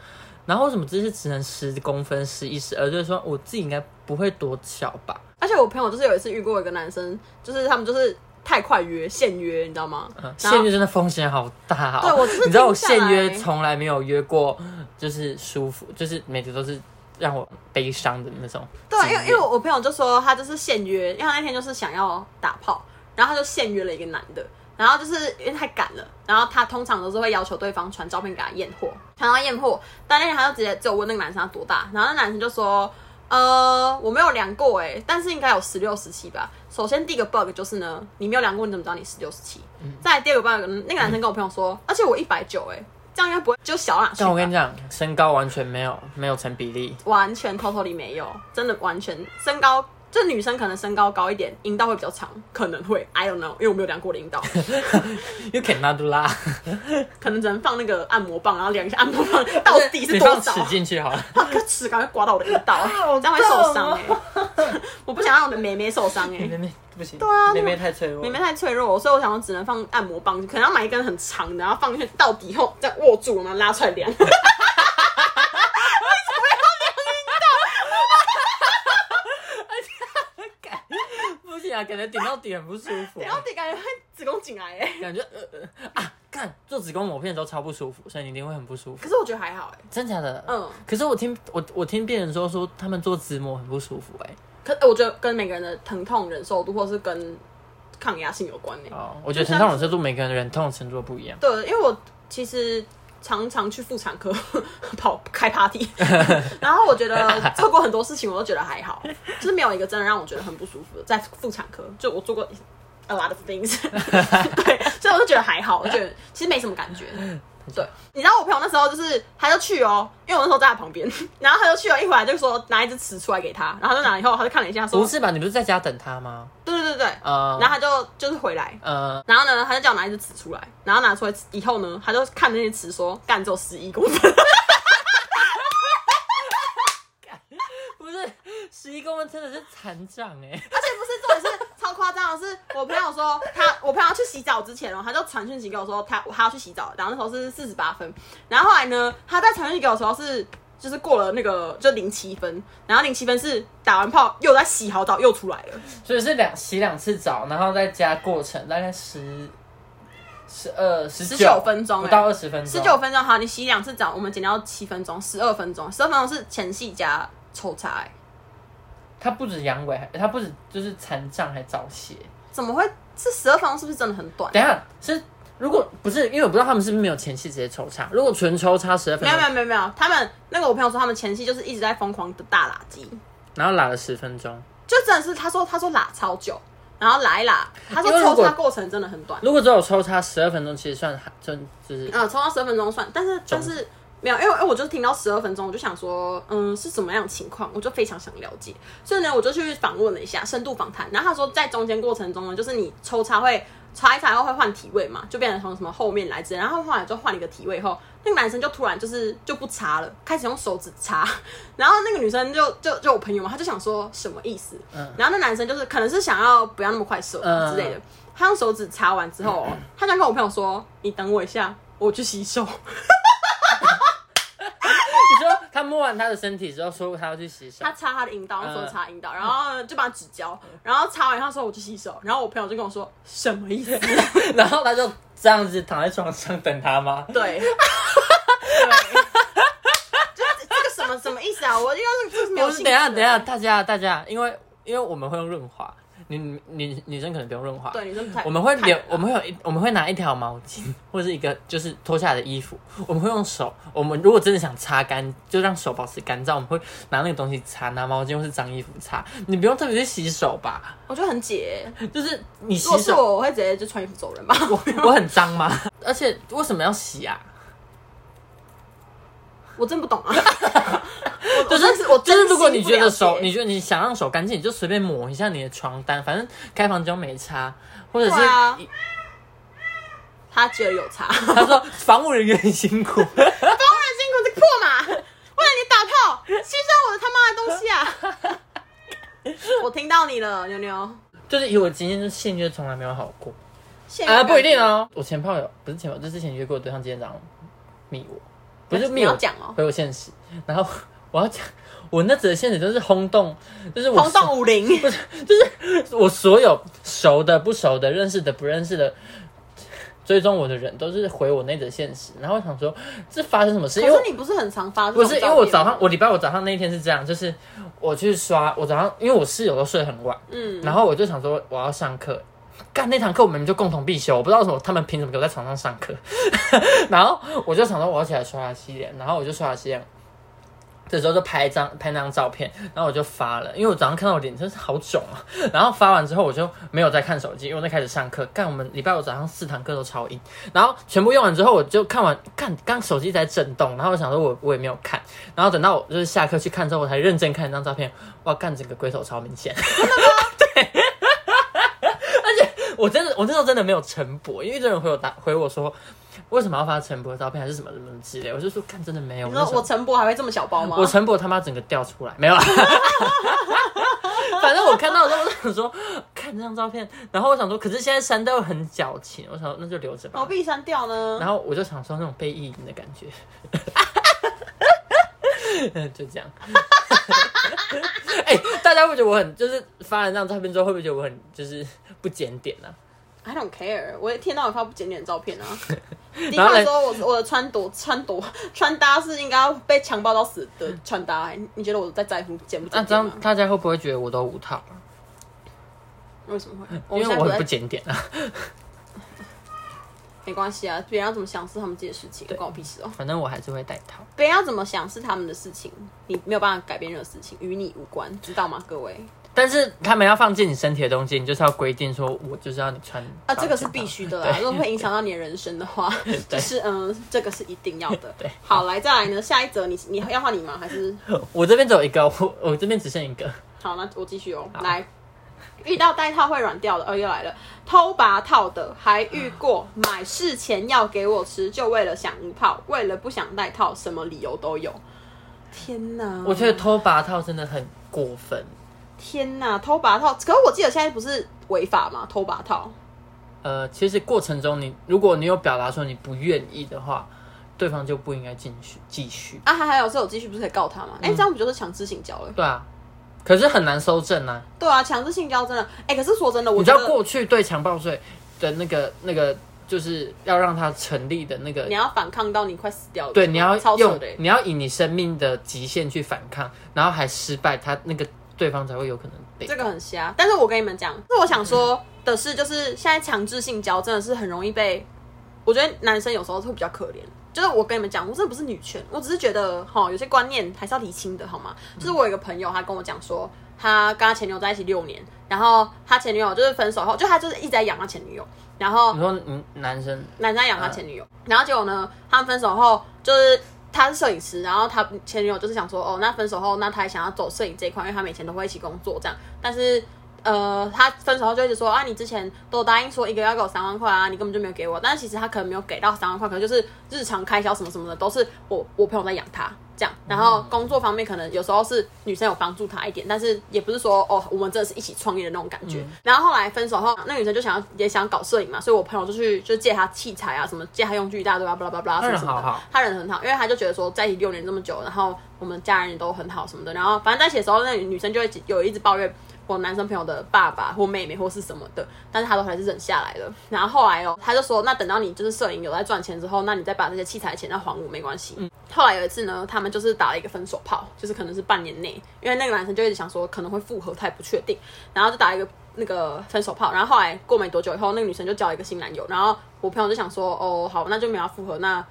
S1: 然后为什么这是只能十公分、十一、十二？就是说我自己应该不会多小吧？
S2: 而且我朋友就是有一次遇过一个男生，就是他们就是太快约现约，你知道吗？
S1: 嗯，
S2: 然后
S1: 现约真的风险好大、哦。
S2: 对我就是
S1: 你知道我
S2: 听下
S1: 现
S2: 来
S1: 约从来没有约过，就是舒服，就是每次都是让我悲伤的那种经
S2: 对，啊
S1: 验。
S2: 因为因为我朋友就说他就是现约，因为他那天就是想要打炮，然后他就现约了一个男的，然后就是因为太赶了，然后他通常都是会要求对方传照片给他验货，传到验货，但那天他就直接只有问那个男生他多大，然后那男生就说。呃，我没有量过哎、但是应该有十六十七吧。首先第一个 bug 就是呢，你没有量过，你怎么知道你十六十七？再来第二个 bug，那个男生跟我朋友说，而且我一百九哎，这样应该不会就小到哪去
S1: 但我
S2: 吧
S1: 跟你讲，身高完全没有没有成比例，
S2: 完全 totally 没有，真的完全身高，就女生可能身高高一点，阴道会比较长，可能会 I don't know，因为我没有量过我的阴道，
S1: 又 cannot do 啦，
S2: 可能只能放那个按摩棒，然后量一下按摩棒到底是多
S1: 你
S2: 少啊
S1: 放，尺进去 好了。
S2: 那个尺赶快刮到我的阴道，
S1: 好
S2: 这样会受伤
S1: 痛啊
S2: 哎、 我不想让我的妹妹受伤哎、
S1: 妹 妹不行，对
S2: 啊
S1: 妹妹太脆弱
S2: 妹妹
S1: 了。
S2: 太脆弱，所以我想说只能放按摩棒，可能要买一根很长的，然后放进去到底后再握住，然后拉出来量。
S1: 不行啊，感觉顶到底很不舒服，啊
S2: 然后得感觉会子宫颈癌哎、
S1: 感觉呃呃啊，干做子宫抹片的时候超不舒服，所以你一定会很不舒服。
S2: 可是我觉得还好哎、
S1: 真假的？
S2: 嗯，
S1: 可是我听我我听病人说说他们做子膜很不舒服哎、
S2: 可呃我觉得跟每个人的疼痛忍受度或是跟抗压性有关呢、
S1: 哦，我觉得疼痛忍受度每个人忍痛程度不一样。
S2: 对，因为我其实常常去妇产科 跑 开 party，然后我觉得做过很多事情，我都觉得还好，就是没有一个真的让我觉得很不舒服的。在妇产科，就我做过 a lot of things，对，所以我就觉得还好，我觉得其实没什么感觉。 对，你知道我朋友那时候就是，他就去哦，因为我那时候在他旁边， 然后他就去哦了，一回来就说拿一只尺出来给他，然后他就拿了以后，他就看了一下，说
S1: 不，是吧？你不是在家等他吗？
S2: 对对对对，
S1: 呃，
S2: 然后他就就是回来，
S1: 呃，
S2: 然后呢，他就叫我拿一支尺出来，然后拿出来以后呢，他就看那些尺说，干只有十一公分，
S1: 不是十一公分真的是残障哎、
S2: 而且不是重点是超夸张的是，我朋友说他，我朋友去洗澡之前哦，他就传讯息给我说他他要去洗澡，然后那时候是四十八分，然后后来呢，他在传讯息给我的时候是就是过了那个就零七分，然后零七分是打完炮又在洗好澡又出来了，
S1: 所以是两洗两次澡，然后再加过程大概十十二十
S2: 19分钟欸
S1: 不到二十分钟，
S2: 十九分钟好，你洗两次澡，我们减掉七分钟，十二分钟，十二分钟是前戏加抽插、欸，
S1: 他不止阳痿，还他不止就是残障还早泄。
S2: 怎么会？这十二分钟是不是真的很短？啊
S1: 等一下是如果不是，因为我不知道他们是不是没有前期直接抽插，如果纯抽插十二分
S2: 没有
S1: 钟
S2: 没，有没有没有，他们那个我朋友说他们前期就是一直在疯狂的大拉鸡，
S1: 然后拉了十分钟，
S2: 就真的是他说他说拉超久，然后来拉，他说
S1: 因为如
S2: 抽
S1: 果
S2: 插过程真的很短，
S1: 如果只有抽插十二分钟，其实算还就就是
S2: 嗯，抽到十二分钟算，但是但是没有，因为因为我就是听到十二分钟，我就想说，嗯，是什么样的情况，我就非常想了解，所以呢，我就去访问了一下，深度访谈，然后他说在中间过程中呢，就是你抽插会插一插后会换体位嘛，就变成从什么后面来之类，然后后来就换了一个体位后，那个男生就突然就是就不插了，开始用手指插，然后那个女生就就就我朋友嘛，她就想说什么意思，
S1: 嗯
S2: 然后那男生就是可能是想要不要那么快射
S1: 嗯
S2: 之类的。他用手指插完之后哦，他就跟我朋友说：“你等我一下，我去洗手。”
S1: 你说他摸完他的身体之后，说他要去洗手
S2: 他，插他的阴道，用手
S1: 嗯
S2: 插阴道，然后就把纸胶，然后插完他说我去洗手，然后我朋友就跟我说什么 意思？
S1: 然后他就这样子躺在床上等他吗？
S2: 对，对，就是这个什么什么意思啊？我应该是这是没有
S1: 不
S2: 兴
S1: 是，
S2: 趣
S1: 等一下
S2: 的
S1: 等一下，，大家大家，因为因为我们会用润滑，女女女生可能不用润滑，
S2: 对，女生不太
S1: 我们会
S2: 太
S1: 留，我们会有一，我们会拿一条毛巾或者一个就是脱下来的衣服， 我们会用手，我们如果真的想擦干，就让手保持干燥，我们会拿那个东西擦，拿毛巾或是脏衣服擦，你不用特别去洗手吧？
S2: 我觉得很解。
S1: 就是你
S2: 如果
S1: 洗
S2: 是
S1: 手，
S2: 我，我会直接就穿衣服走人吧。
S1: 我我很脏吗？ 而且为什么要洗啊？
S2: 我真不懂 啊，
S1: 就
S2: 真
S1: 是
S2: 是我
S1: 就
S2: 真
S1: 是，
S2: 心
S1: 如果你觉得手
S2: 不了，解
S1: 你觉得你想让手干净，你就随便抹一下你的床单，反正开房间没擦，或者是、
S2: 对啊他觉得有 差，当然辛
S1: 他说防务人员很辛苦，
S2: 苦这个破马，为了你打炮，牺牲我的他妈的东西啊！ 我听到你了，牛
S1: 啊
S2: 牛。
S1: 就是以我经验，就是性就是从来没有好过。
S2: 现
S1: 啊，
S2: 在
S1: 不一定。哦。我前炮友不是前炮，就之前约过的对象，今天早上密我，不是
S2: 你
S1: 密
S2: 要
S1: 我，
S2: 讲哦，
S1: 回我现实，然后我要讲，我那则现实就是轰动，就是我
S2: 红洞五零，
S1: 我所有熟的、不熟的、认识的、不认识的。追踪我的人都是回我那则现实，然后我想说，这发生什么事？因为
S2: 可
S1: 我
S2: 是你不是很常啊发这
S1: 不
S2: 种
S1: 是因
S2: 照
S1: 为我
S2: 片
S1: 早上
S2: 吗，
S1: 我礼拜五早上那一天是这样，就是我去刷，我早上因为我室友都睡很晚，
S2: 嗯，
S1: 然后我就想说我要上课，干那堂课我们就共同必修，我不知道为什么他们凭什么给我在床上上课， 然后我就想说我要起来刷牙洗脸，然后我就刷牙洗脸。这时候就拍一张拍那张照片，然后我就发了，因为我早上看到我脸真是好肿啊。 然后发完之后我就没有再看手机，因为我在开始上课。干我们礼拜五早上四堂课都超硬，然后全部用完之后我就看完，看刚手机在震动，然后我想说我我也没有看，然后等到我就是下课去看之后，我才认真看那张照片，哇，干整个龟头超明显。 我真的，我那时候真的没有陈博，因为这人回我答回我说，为什么要发陈博的照片，还是什么什么之类，我就说看真的没有。
S2: 你说
S1: 那时
S2: 我
S1: 候
S2: 陈博还会这么小包吗？
S1: 我陈博他妈整个掉出来，没有啦。啊 反正我看到的时候，我想说看这张照片，然后我想说，可是现在删掉很矫情，我想说那就留着吧。
S2: 何必删掉呢？
S1: 然后我就想说那种被意淫的感觉， 就这样。哎、大家会觉得我很就是发了那张照片之后，会不会觉得我很就是不检点啊？
S2: I don't care，我一天到晚发不检点的照片啊，迪
S1: 然后
S2: 卡
S1: 嘞
S2: 说我我的穿着穿着穿搭是应该要被强暴到死的穿搭、欸你觉得我在在乎剪不
S1: 那
S2: 剪
S1: 啊这
S2: 点
S1: 样
S2: 吗？
S1: 大家会不会觉得我都五套啊？
S2: 为什么会？
S1: 嗯因
S2: 现在
S1: 为我很
S2: 在
S1: 不检点啊。
S2: 没关系啊，别人要怎么想是他们自己的事情，
S1: 对
S2: 关我屁事哦。
S1: 反正我还是会带套。
S2: 别人要怎么想是他们的事情，你没有办法改变任何事情，与你无关，知道吗，各位？
S1: 但是他们要放进你身体的东西，你就是要规定说，我就是要你穿
S2: 啊，这个是必须的啦。如果会影响到你的人生的话，就是嗯，这个是一定要的。
S1: 对
S2: 好，来再来呢，下一则你你要换你吗？还是
S1: 我这边只有一个， 我我这边只剩一个。
S2: 好，那我继续哦。来，遇到带套会软掉的，哦，又来了，偷拔套的还遇过，买事前药给我吃，就为了想无套，为了不想带套，什么理由都有。天哪！
S1: 我觉得偷拔套真的很过分。
S2: 天哪，偷拔套！可是我记得现在不是违法吗？偷拔套，
S1: 呃，其实过程中你如果你有表达说你不愿意的话，对方就不应该进去继续。
S2: 啊，还还有是有继续不是可以告他吗？哎、这样不就是强制性交了？
S1: 对啊，可是很难搜证啊。
S2: 对啊，强制性交真的，哎、可是说真的，我
S1: 你
S2: 觉
S1: 知道
S2: 得
S1: 过去对强暴罪的那个那个，就是要让它成立的那个
S2: 你要反抗到你快死掉了，
S1: 对，你要
S2: 超扯
S1: 用
S2: 的欸，
S1: 你要以你生命的极限去反抗，然后还失败，他那个对方才会有可能被
S2: 这个很瞎。但是我跟你们讲，那我想说的是，就是现在强制性交真的是很容易被，我觉得男生有时候会比较可怜。就是我跟你们讲，我真的不是女权，我只是觉得哈，有些观念还是要理清的，好吗？就是我有一个朋友，他跟我讲说，他跟他前女友在一起六年，然后他前女友就是分手后，就他就是一直在养他前女友，然后
S1: 你说你男生
S2: 男生养他前女友，然后结果呢，他们分手后就是他是摄影师，然后他前女友就是想说，哦，那分手后，那他也想要走摄影这一块，因为他们以前都会一起工作这样，但是。呃，他分手后就一直说啊，你之前都答应说一个月要给我三万块啊，你根本就没有给我。但是其实他可能没有给到三万块，可能就是日常开销什么什么的都是我我朋友在养他这样。然后工作方面可能有时候是女生有帮助他一点，但是也不是说哦，我们真的是一起创业的那种感觉。
S1: 嗯
S2: 然后后来分手后，那个女生就想要也想搞摄影嘛，所以我朋友就去啊就借他器材啊，什么借他用具一大堆啊，巴拉巴拉巴拉
S1: 他
S2: 什么
S1: 人
S2: 什么的。
S1: 好好
S2: 他人很好，因为他就觉得说在一起六年这么久，然后我们家人也都很好什么的，然后反正在一起的时候，那女生就会有一直抱怨我男生朋友的爸爸或妹妹或是什么的，但是他都还是忍下来了。然后后来哦，他就说那等到你就是摄影有在赚钱之后，那你再把这些器材钱再还我没关系。后来有一次呢，他们就是打了一个分手炮，就是可能是半年内，因为那个男生就一直想说可能会复合，他也不确定，然后就打一个那个分手炮。然后后来过没多久以后，那个女生就交了一个新男友，然后我朋友就想说哦好，那就没有要复合那。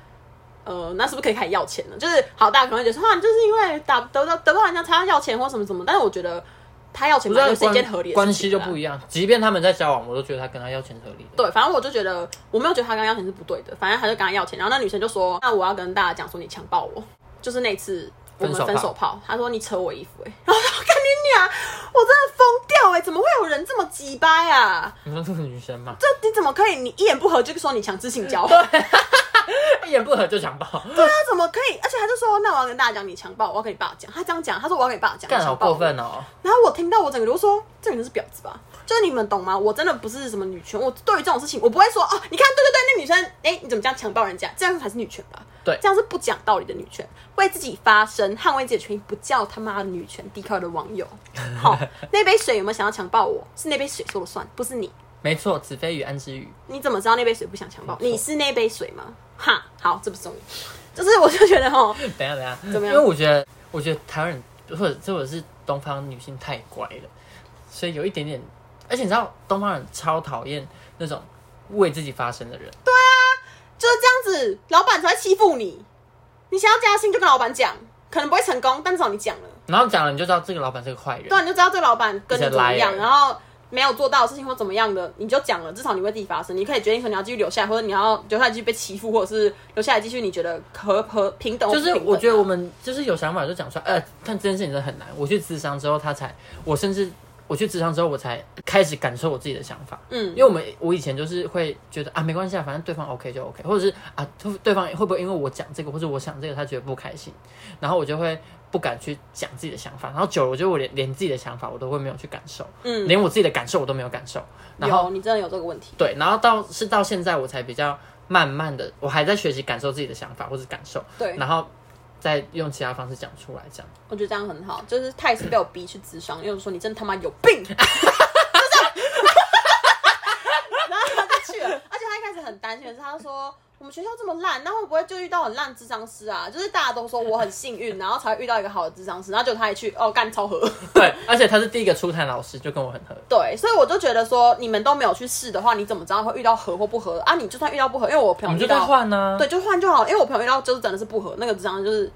S2: 呃，那是不是可以开始要钱呢？就是好，大家可能会觉得说，啊，你就是因为打得到得不到人家才要要钱或什么什么，但是我觉得他要钱
S1: 不
S2: 本来
S1: 道
S2: 就是一件合理的
S1: 关
S2: 事
S1: 系
S2: 情啊
S1: 就
S2: 啦
S1: 不一样，即便他们在交往，我都觉得他跟他要钱是合理的。
S2: 对，反正我就觉得我没有觉得他跟他要钱是不对的，反正他就跟他要钱，然后那女生就说：“那我要跟大家讲说你强暴我，就是那次我
S1: 分手炮
S2: 们分手炮。”他说：“你扯我衣服、欸，然后我说：“看你娘，我真的疯掉哎、欸，怎么会有人这么鸡掰啊？
S1: 你说这个女生嘛，
S2: 这你怎么可以？你一言不合就说你强制性交？
S1: 一言不合就 强暴，
S2: 对啊，怎么可以？而且他就说：那我要跟大家讲你强暴，我要跟你爸讲。他这样讲，他说我要跟你爸讲，
S1: 干
S2: 你
S1: 好
S2: 强暴我
S1: 过分哦！
S2: 然后我听到我整个就说，这女人是婊子吧？就是你们懂吗？我真的不是什么女权，我对于这种事情我不会说哦，你看对对对，那女生哎、你怎么这样强暴人家？这样才是女权吧？
S1: 对
S2: 这样是不讲道理的女权，为自己发声，捍卫自己的权益，不叫他妈的女权。低靠的网 友，好、那杯水有没有想要强暴我？是那杯水说了算，不是你。
S1: 没错，子非鱼安知鱼，
S2: 你怎么知道那杯水不想强暴？
S1: 没错
S2: 你是那杯水吗？哈，好，这不是重点，就是我就觉得哦，
S1: 等一下等一下，
S2: 怎么样
S1: 因为我觉得，我觉得台湾人或者或者是东方女性太乖了，所以有一点点，而且你知道东方人超讨厌那种为自己发声的人。
S2: 就是这样子，老板才会欺负你。你想要加薪就跟老板讲，可能不会成功，但至少你讲了。
S1: 然后讲了你就知道这个老板是个坏人
S2: 对，。你就知道这个老板跟你怎么
S1: 一
S2: 样，
S1: 些 liar
S2: 然后没有做到的事情或怎么样的，你就讲了，至少你为自己发声，你可以决定说你要继续留下来，或者你要留下来继续被欺负，或者是留下来继续你觉得和和平等。
S1: 就是
S2: 或不平等
S1: 我觉得我们就是有想法就讲出来，呃，但这件事情真的很难。我去咨商之后，他才，我甚至我去咨商之后，我才开始感受我自己的想法。
S2: 嗯
S1: 因为我们我以前就是会觉得啊，没关系啊，反正对方 OK 就 OK，或者是啊，对对方会不会因为我讲这个或者我想这个，他觉得不开心，然后我就会不敢去讲自己的想法，然后久了，我觉得我连连自己的想法我都会没有去感受，
S2: 嗯，
S1: 连我自己的感受我都没有感受，然后
S2: 有你真的有这个问题，
S1: 对，然后到是到现在我才比较慢慢的，我还在学习感受自己的想法或者感受，
S2: 对，
S1: 然后再用其他方式讲出来，这样。
S2: 我觉得这样很好，就是他也是被我逼去咨商，因为我说你真的他妈有 病，就是，然后他就去了，而且他一开始很很担心的是，他说我们学校这么烂，那会不会就遇到很烂智商师啊？就是大家都说我很幸运，然后才会遇到一个好的智商师，然后就他一去哦干超合。
S1: 对， 而且他是第一个初谈老师，就跟我很合。
S2: 对，所以我就觉得说，你们都没有去试的话，你怎么知道会遇到合或不合啊？你就算遇到不合，因为我朋
S1: 我
S2: 友
S1: 们
S2: 遇
S1: 就在
S2: 到，
S1: 换啊呢、
S2: 对，就换就好，因为我朋友遇到就是真的是不合，那个智商就是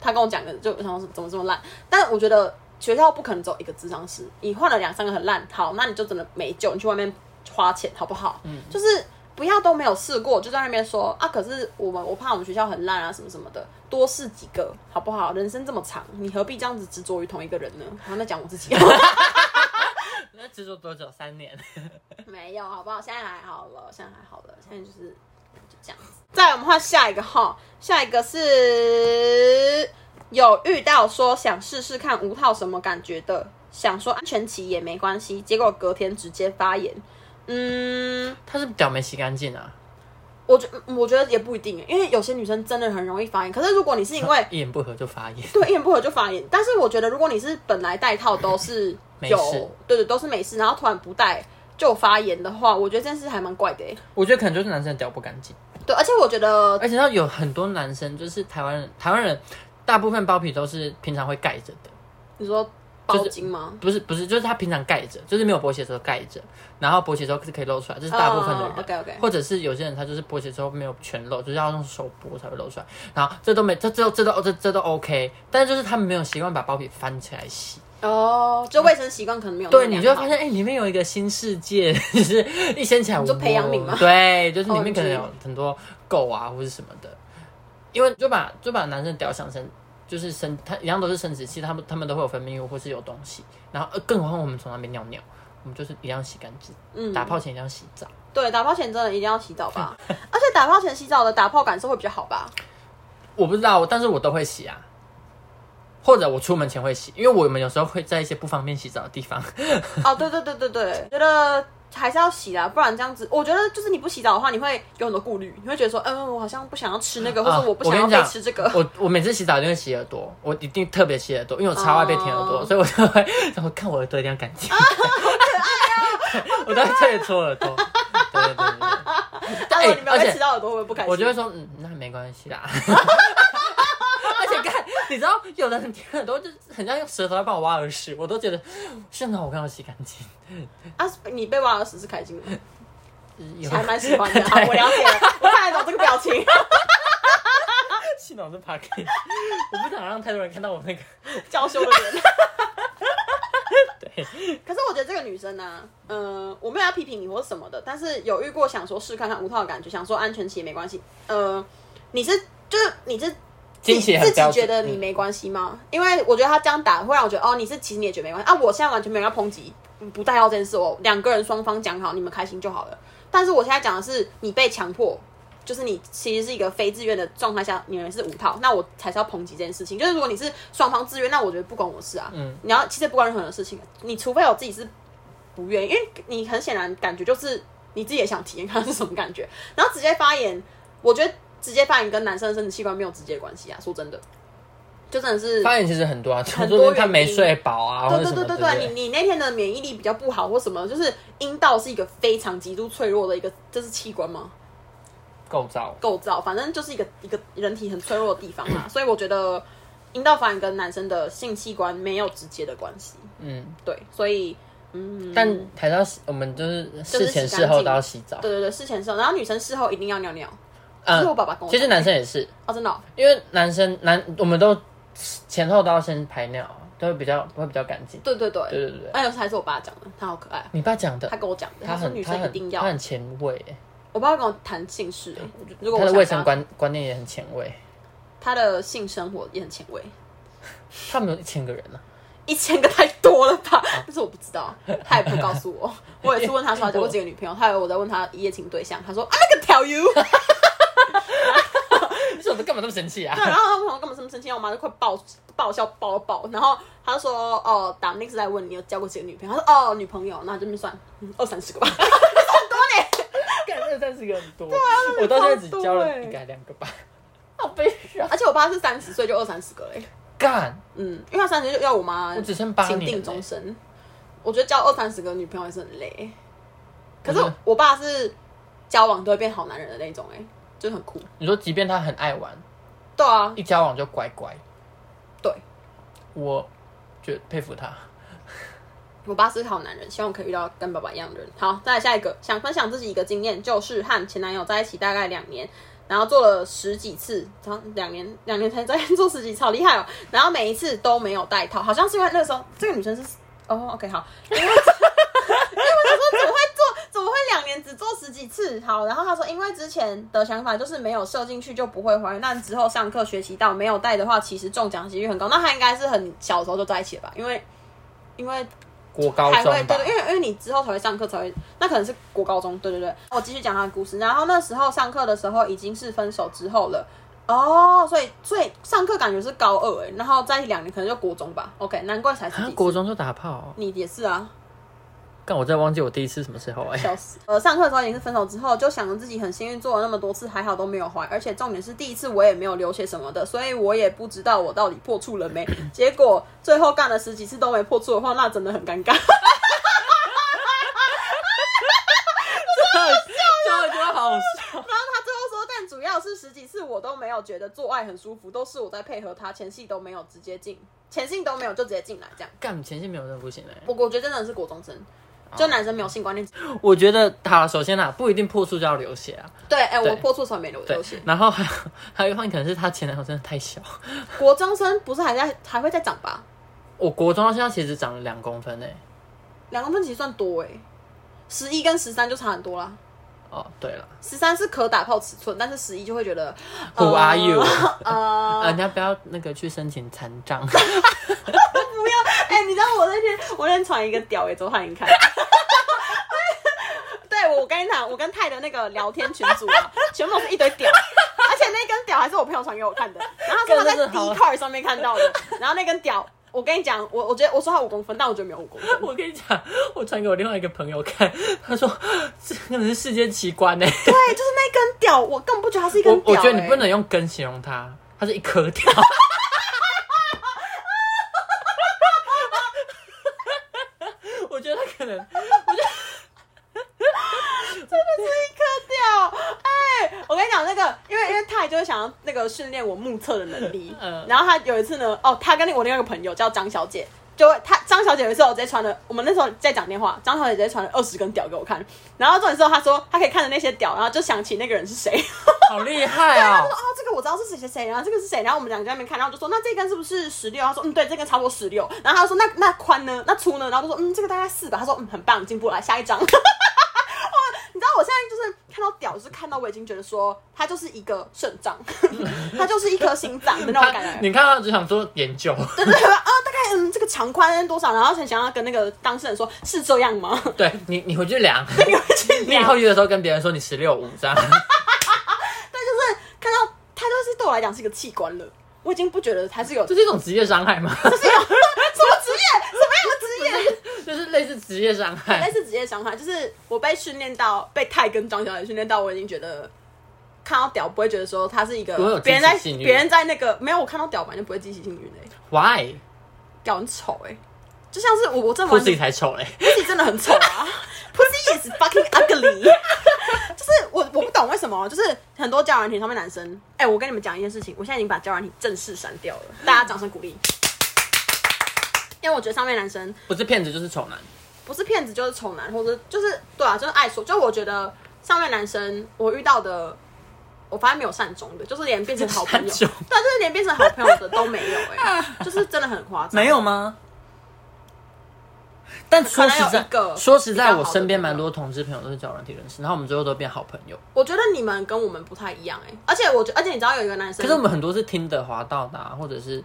S2: 他跟我讲的，就然后怎么这么烂，但我觉得学校不可能只有一个智商师，你换了两三个很烂，好，那你就真的没救，你去外面花钱好不好？嗯，就是。不要都没有试过，就在那边说啊！可是我们我怕我们学校很烂啊，什么什么的，多试几个好不好？人生这么长，你何必这样子执着于同一个人呢？然后在讲我自己。
S1: 那执着多久？三年。
S2: 没有，好不好？现在还好了，现在还好了，现在就是就这样子。再来我们换下一个哈，下一个是有遇到说想试试看无套什么感觉的，想说安全期也没关系，结果隔天直接发炎。嗯，
S1: 他是脚没洗干净啊，
S2: 我觉我觉得也不一定，因为有些女生真的很容易发炎。可是如果你是因 为
S1: 一言不合就发炎。
S2: 对，一言不合就发炎。但是我觉得，如果你是本来戴套都是
S1: 没
S2: 有
S1: 事，
S2: 对对，都是没事，然后突然不戴就发炎的话，我觉得这件事还蛮怪的欸、
S1: 我觉得可能就是男生的屌不干净，
S2: 对，而且我觉得
S1: 而且他有很多男生就是台湾人，台湾人大部分包皮都是平常会盖着的，
S2: 你说包巾吗？
S1: 不是不是，就是他平常盖着，就是没有勃起的时候盖着，然后勃起之后是可以露出来，这是大部分的人。啊
S2: OK OK，
S1: 或者是有些人他就是勃起之后没有全露，就是要用手拨才会露出来，然后这都没这这这都这这都 OK，但是就是他们没有习惯把包皮翻起来洗，
S2: 哦，就卫生习惯可能没有那么
S1: 对
S2: 良好。
S1: 你就会发现哎、里面有一个新世界， 就是一掀起来
S2: 你说
S1: 哇
S2: 培养皿吗哦
S1: 对，就是里面
S2: OMG
S1: 可能有很多垢啊或是什么的，因为就把就把男生屌想成。就是生，他一样都是生殖器，他们他们都会有分泌物或是有东西，然后呃更何况我们从那边尿尿，我们就是一定要洗干净，
S2: 嗯
S1: 打泡前一定要洗澡。
S2: 对打泡前真的一定要洗澡 吧，而且打泡前洗澡的打泡感受会比较好吧？
S1: 我不知道，但是我都会洗啊。或者我出门前会洗，因为我们有时候会在一些不方便洗澡的地方。
S2: 哦，对对对对对，觉得还是要洗啦，不然这样子，我觉得就是你不洗澡的话，你会有很多顾虑，你会觉得说，嗯，我好像不想要吃那个，或
S1: 啊
S2: 者我不想要
S1: 我跟你
S2: 被
S1: 讲
S2: 吃 这个。
S1: 我我每次洗澡一定会洗耳朵，我一定特别洗耳朵，因为我超爱被舔耳朵
S2: 哦
S1: 所以我就会，然后看我耳朵一定要 干净。
S2: 哦
S1: 我都会特别搓耳朵。对对对对对，
S2: 当然，
S1: 哎
S2: 你们
S1: 而
S2: 会
S1: 且
S2: 吃到耳朵会不会不开心？
S1: 我就会说，嗯，那没关 系啦。而且看，你知道，有的人舔耳朵就是很像用舌头在帮我挖耳屎，我都觉得，幸好我刚好洗干净。
S2: 啊，你被挖耳屎是开心的，
S1: 就是有
S2: 嗯还蛮喜欢的。好，啊我了解了，我看得懂这个表 情。
S1: 系统是 p a c k 我不想让太多人看到我那个。
S2: 娇羞的脸。
S1: 对，
S2: 可是我觉得这个女生呢、嗯、我没有要批评你或什么的，但是有遇过想说试看看无套的感觉，想说安全期也没关系。呃，你是就是你是自
S1: 惊
S2: 己
S1: 喜
S2: 自
S1: 很
S2: 己
S1: 标准
S2: 觉得你没关系吗？因为我觉得他这样打会让我觉得哦，你是其实你也觉得没关系啊。我现在完全没有要抨击嗯不带要这件事，我两个人双方讲好，你们开心就好了。但是我现在讲的是你被强迫。就是你其实是一个非自愿的状态下，你们是无套，那我才是要抨击这件事情。就是如果你是双方自愿，那我觉得不关我事啊。
S1: 嗯
S2: 你要其实不关任何人的事情，你除非有自己是不愿意，因为你很显然感觉就是你自己也想体验看是什么感觉，然后直接发炎，我觉得直接发炎跟男生的生殖器官没有直接关系啊，说真的，就真的是。
S1: 发炎其实很多啊，
S2: 很
S1: 很
S2: 多
S1: 多他
S2: 原因
S1: 没睡饱啊，或者
S2: 对对
S1: 什么
S2: 对对
S1: 的。
S2: 对，你你那天的免疫力比较不好或什么，就是阴道是一个非常极度脆弱的一个，这是器官吗？
S1: 构造
S2: 构造，反正就是一个一个人体很脆弱的地方嘛，所以我觉得阴道发炎跟男生的性器官没有直接的关系。
S1: 嗯，
S2: 对，所以嗯，
S1: 但还是要洗我们就是
S2: 是
S1: 事前
S2: 洗干净
S1: 事后都要洗澡。
S2: 对对对，事前的时候，然后女生事后一定要尿尿。这是我
S1: 嗯，
S2: 爸爸跟我
S1: 其
S2: 讲
S1: 实男生也是，
S2: 哦，真的哦、
S1: 因为男生男我们都前后都要先排尿，啊都会比较会比较干净。
S2: 对对对，
S1: 对对对对，
S2: 哎呦，还是我爸讲的，他好可爱哦，
S1: 你爸讲的
S2: 他，跟我讲的，
S1: 他
S2: 说
S1: 很
S2: 女
S1: 他
S2: 生一
S1: 很
S2: 定
S1: 他
S2: 要，
S1: 很前卫欸，
S2: 我爸会跟我谈性事、哎如果
S1: 他
S2: 我
S1: 的
S2: 想
S1: 卫
S2: 跟
S1: 生观观念也很前卫。
S2: 他的性生活也很前卫，
S1: 他们有一千个 人呢、啊
S2: 一千个太多了 吧？但是我不知道，他也不告诉我，我也是问他说他交过几个女朋友，他以为我在问他一夜情对象，他说 I can tell you，
S1: 啊，你说我干嘛那么生 气啊
S2: 对，？然后我想说干嘛这么生气，我妈就快爆爆笑爆爆，然后他说哦，打 n e x 在问你有交过几个女朋友，他说哦女朋友，那这边算、嗯、二三十个吧。
S1: 干二三十个很多， 我到现在只交
S2: 超多
S1: 了
S2: 欸
S1: 一个两个吧。
S2: 好悲伤。而且我爸是三十岁就二三十个嘞，
S1: 干，
S2: 嗯，因为他三十就要我妈
S1: 我只剩八
S2: 情
S1: 年
S2: 定
S1: 了欸
S2: 终身。我觉得交二三十个女朋友也是很累，可是
S1: 我觉得
S2: 我爸是交往都会变好男人的那种、哎，就很酷。
S1: 你说，即便他很爱玩，
S2: 对啊，
S1: 一交往就乖乖，
S2: 对
S1: 我觉得佩服他。
S2: 我爸是个好男人，希望我可以遇到跟爸爸一样的人。好，再来下一个，想分享自己一个经验，就是和前男友在一起大概两年，然后做了十几次，然后两年两年才在 做十几次，好厉害哦！然后每一次都没有戴套，好像是因为那个时候这个女生是哦，OK 好， 因为因为我想说怎么会做，怎么会两年只做十几次？好，然后她说因为之前的想法就是没有射进去就不会怀孕，但之后上课学习到没有戴的话，其实中奖几率很高。那她应该是很小的时候就在一起了吧？因为因为
S1: 国高
S2: 还会
S1: 中
S2: 对
S1: 吧
S2: 对，，因为因为你之后才会上课才会，那可能是国高中，对对对。我继续讲他的故事，然后那时候上课的时候已经是分手之后了，哦，所以所以上课感觉是高二哎、然后在一起两年可能就国中吧，OK，难怪才十
S1: 啊
S2: 几，
S1: 国
S2: 次
S1: 中就打炮、哦，
S2: 你也是啊，
S1: 但我真的忘记我第一次什么时候哎、
S2: 笑死。呃，上课的时候已经是分手之后，就想着自己很幸运做了那么多次，还好都没有怀，而且重点是第一次我也没有流血什么的，所以我也不知道我到底破处了没。结果最后干了十几次都没破处的话，那真的很尴尬。哦
S1: 这我觉得好笑。
S2: 然后他最后说，但主要是十几次我都没有觉得做爱很舒服，都是我在配合他，前戏都没有直接进，前戏都没有就直接进来这样。
S1: 干前戏没有真的不行哎、
S2: 我我觉得真的是国中生，
S1: 哦
S2: 就男生没有性观念。
S1: 我觉得好了，首先啦，不一定破处就要流血啊，
S2: 对，哎、
S1: 对
S2: 我破处时候没流
S1: 对
S2: 流血。。
S1: 然后还有还有一方面可能是他前男友真的太小，
S2: 国中生不是还在还会再长吧？
S1: 我国中到现在其实长了两公分哎、
S2: 两公分其实算多哎、十一跟十三就差很多啦。
S1: 哦，对了
S2: 十三是可打炮尺寸，但是十一就会觉得
S1: ，Who are you？
S2: 呃，
S1: 啊，人家不要那个去申请残障，
S2: 哎、你知道我那天我那天传一个屌给周汉 英看，对，我我跟你讲，我跟泰的那个聊天群组啊，全部都是一堆屌，而且那根屌还是我朋友传给我看的，然后他 说他在
S1: 真的好
S2: d c a r 上面看到的，然后那根屌，我跟你讲，我我觉得我说他五公分，但我觉得没有五公分，
S1: 我跟你讲，我传给我另外一个朋友看，他说这可能是世界奇观呢、
S2: 对，就是那根屌，我根本不觉得它是一
S1: 我
S2: 根屌、
S1: 我觉得
S2: 哎
S1: 你不能用根形容它，它是一颗掉。 我觉得它可能
S2: 掉。哎、我跟你讲那个，因为因为泰就是想要那个训练我目测的能力。
S1: 嗯
S2: 然后他有一次呢，哦，他跟我另外一个朋友叫张小姐，就会他张小姐有一次我直接传了，我们那时候在讲电话，张小姐直接传了二十根屌给我看。然后重点是她说她可以看着那些屌，然后就想起那个人是谁。
S1: 好厉害哦
S2: 哦，！这个我知道是谁谁谁，然后这个是谁，然后我们两个在那边看，然后我就说那这根是不是十六？他说嗯对，这根差不多十六。然后他就说那那宽呢？那粗呢？然后就说嗯这个大概四吧。他说嗯很棒，进步来下一张。我 你知道我现在就是看到屌，就是看到我已经觉得说它就是一个肾脏， 它就是一颗心脏的那种感
S1: 他
S2: 觉。
S1: 你看到只想做研究，
S2: 对对对啊，大概嗯这个长宽多少，然后才想要跟那个当事人说是这样吗？
S1: 对你你回去量，
S2: 你会去
S1: 你以
S2: 聊
S1: 后约的时候跟别人说你十六五这样，
S2: 就是看到它就是对我来讲是一个器官了，我已经不觉得它是有
S1: 这是一种职业伤害吗？
S2: 什么职业，什么样的职业。
S1: 就是类似职业伤害
S2: 但。是职业伤害，就是我被训练到被泰跟张小姐训练到，我已经觉得看到屌不会觉得说他是一
S1: 不会有
S2: 个
S1: 激起
S2: 别人在
S1: 性欲
S2: 别人在那个没有我看到屌本来就不会激起性欲嘞、
S1: Why？
S2: 屌很丑哎、就像是我我这
S1: p u
S2: 完
S1: s
S2: 全
S1: y 才丑嘞！
S2: pussy 真的很丑啊，pussy is fucking ugly 。 就是我我不懂为什么，就是很多交友软体上面男生，哎、我跟你们讲一件事情，我现在已经把交友软体正式删掉了，大家掌声鼓励。因为我觉得上面男生
S1: 不是骗子就是丑男。
S2: 不是骗子就是丑男，或者就是对啊，就是爱说。就我觉得上面男生我遇到的，我发现没有善终的，就是连变成好朋友，
S1: 善
S2: 对
S1: 终
S2: 啊，就是连变成好朋友的都没有、 哎，就是真的很夸张。
S1: 没有吗？但说实
S2: 可能有
S1: 在
S2: 一个，
S1: 说实
S2: 比
S1: 在，
S2: 较好
S1: 我
S2: 的
S1: 身边蛮多同志朋友都是交友软体认识，然后我们最后都变好朋友。
S2: 我觉得你们跟我们不太一样哎、而且我觉而且你知道有一个男生，
S1: 可是我们很多是听的滑到的、啊，或者是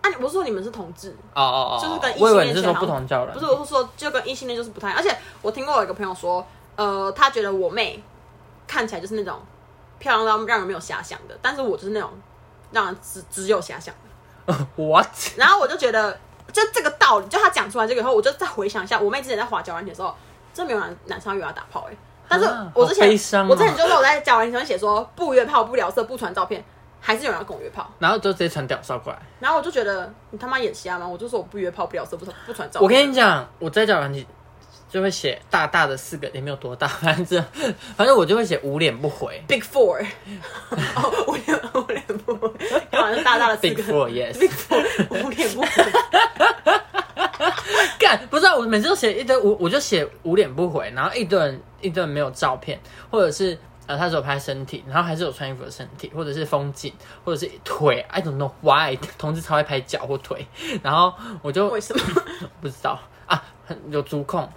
S2: 啊，你不是说你们是同志，
S1: 哦哦哦，
S2: 就是跟异性
S1: 我以为你
S2: 恋
S1: 是
S2: 前
S1: 说
S2: 好
S1: 不同交友软
S2: 不
S1: 体，
S2: 是我是说就跟异性恋就是不太一样，而且我听过有一个朋友说，呃，他觉得我妹看起来就是那种漂亮到让人没有遐想的，但是我就是那种让人只只有遐想的。
S1: what？
S2: 然后我就觉得，就这个道理，就他讲出来这个以后，我就再回想一下，我妹之前在滑脚软体的时候，真没有男男生要约她打炮哎、欸但是
S1: 啊
S2: 我
S1: 好
S2: 之前
S1: 悲、伤哦
S2: 我之前就是我在脚软体上面写说不约炮、不聊色、不传照片，还是有人要跟我约炮。
S1: 然后就直接传屌照过来。
S2: 然后我就嗯觉得你他妈眼瞎吗？我就说我不约炮、不聊色、不传不传照片。
S1: 我跟你讲，我在交友软体就会写大大的四个，也没有多大，反正这反正我就会写无脸不回
S2: Big Four，哦，无脸无脸不 回，好像大大的四
S1: ，Big
S2: 个
S1: Four yes。
S2: Big Four，无脸不回，
S1: 干，不是、啊、我每次都写一堆无，我就写无脸不回，然后一堆人一堆人没有照片，或者是呃他只有拍身体，然后还是有穿衣服的身体，或者是风景，或者是腿，I don't know why，同志超爱拍脚或腿，然后我就
S2: 为什么？
S1: 不知道啊，很有足控。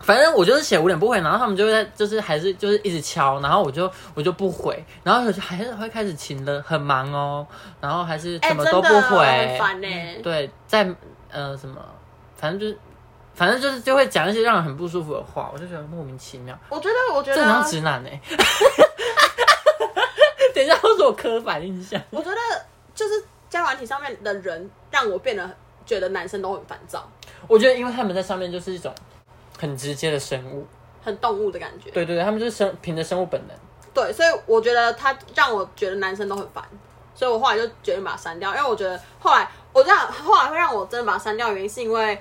S1: 反正我就是写无脸不回，然后他们就会在，就是还是就是一直敲，然后我就我就不回，然后有时候还是会开始勤了，很忙哦，然后还是
S2: 哎、
S1: 怎么
S2: 真
S1: 都
S2: 的
S1: 不回，
S2: 很烦欸呢、
S1: 对，在呃什么，反正就是，反正就是就会讲一些让人很不舒服的话，我就觉得莫名其妙，
S2: 我觉得，我觉
S1: 这很像
S2: 得，
S1: 直男哎、欸。 等一下，我说我刻板印象，
S2: 我觉得就是交友软体上面的人，让我变得觉得男生都很烦躁，
S1: 我觉得因为他们在上面就是一种很直接的生物，
S2: 很动物的感觉。
S1: 对对对，他们就是生凭着生物本能。
S2: 对，所以我觉得他让我觉得男生都很烦，所以我后来就决定把它删掉，因为我觉得后来我这样后来会让我真的把它删掉，原因是因为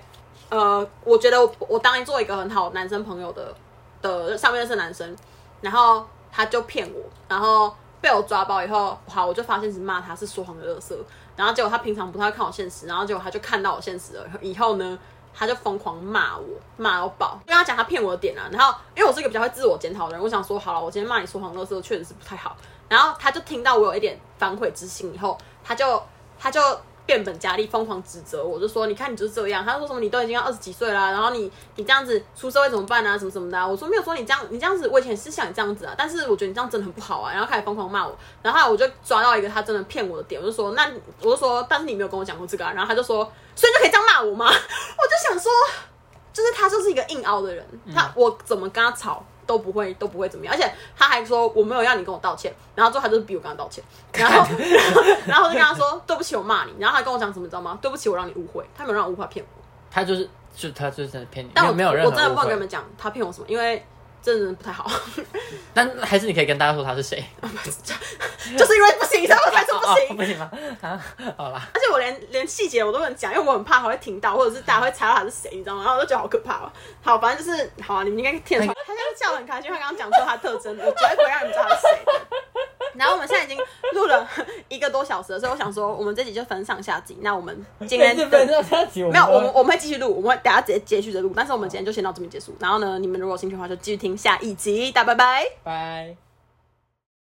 S2: 呃，我觉得我我当年做一个很好的男生朋友的的上面认识的男生，然后他就骗我，然后被我抓包以后，好，我就发现是骂他是说谎的乐色，然后结果他平常不太会看我现实，然后结果他就看到我现实了，以后呢，他就疯狂骂我，骂到爆，跟他讲他骗我的点啊，然后因为我是一个比较会自我检讨的人，我想说好了，我今天骂你说谎乐色确实是不太好，然后他就听到我有一点反悔之心以后，他就他就变本加厉，疯狂指责我，就说你看你就是这样。他说什么你都已经要二十几岁啦，然后你你这样子出社会怎么办啊，什么什么的、啊。我说没有说你这样，你这样子，我以前是想你这样子啊，但是我觉得你这样真的很不好啊。然后开始疯狂骂我，然后后来我就抓到一个他真的骗我的点，我就说那你我就说，但是你没有跟我讲过这个啊。然后他就说，所以就可以这样骂我吗？我就想说，就是他就是一个硬凹的人，他我怎么跟他吵都不会都不会怎么样，而且他还说我没有要你跟我道歉，然后之后他就是逼我跟他道歉，然后然后然后我就跟他说对不起，我骂你，然后他跟我讲什么你知道吗？对不起，我让你误会，他没有让我误会他骗我，
S1: 他就是就他就是真的骗你，
S2: 但我
S1: 没有没有
S2: 我
S1: 任
S2: 真
S1: 何
S2: 的
S1: 误
S2: 不能跟
S1: 会。
S2: 你们讲他骗我什么，因为真的不太好，
S1: 但还是你可以跟大家说他是谁，
S2: 就是因为不行，所以我才说 不
S1: 哦
S2: 行。
S1: 不行吗？啊，好啦，
S2: 而且我连连细节我都不能讲，因为我很怕他会听到，或者是大家会猜到他是谁，你知道吗？然后我就觉得好可怕哦。好，反正就是好啊，你们应该听得出来。他现在笑得很开心，他刚刚讲出他的特征，我绝对不会让你们知道他是谁的。然后我们现在已经录了一个多小时了，所以我想说，我们这集就分上下集。那我们今 天
S1: 每次分到下集，
S2: 没有，我们
S1: 都
S2: 我们会继续录，我们会等下直接接续着录，但是我们今天就先到这边结束。然后呢，你们如果有兴趣的话，就继续听下一集。大家拜拜。
S1: 拜。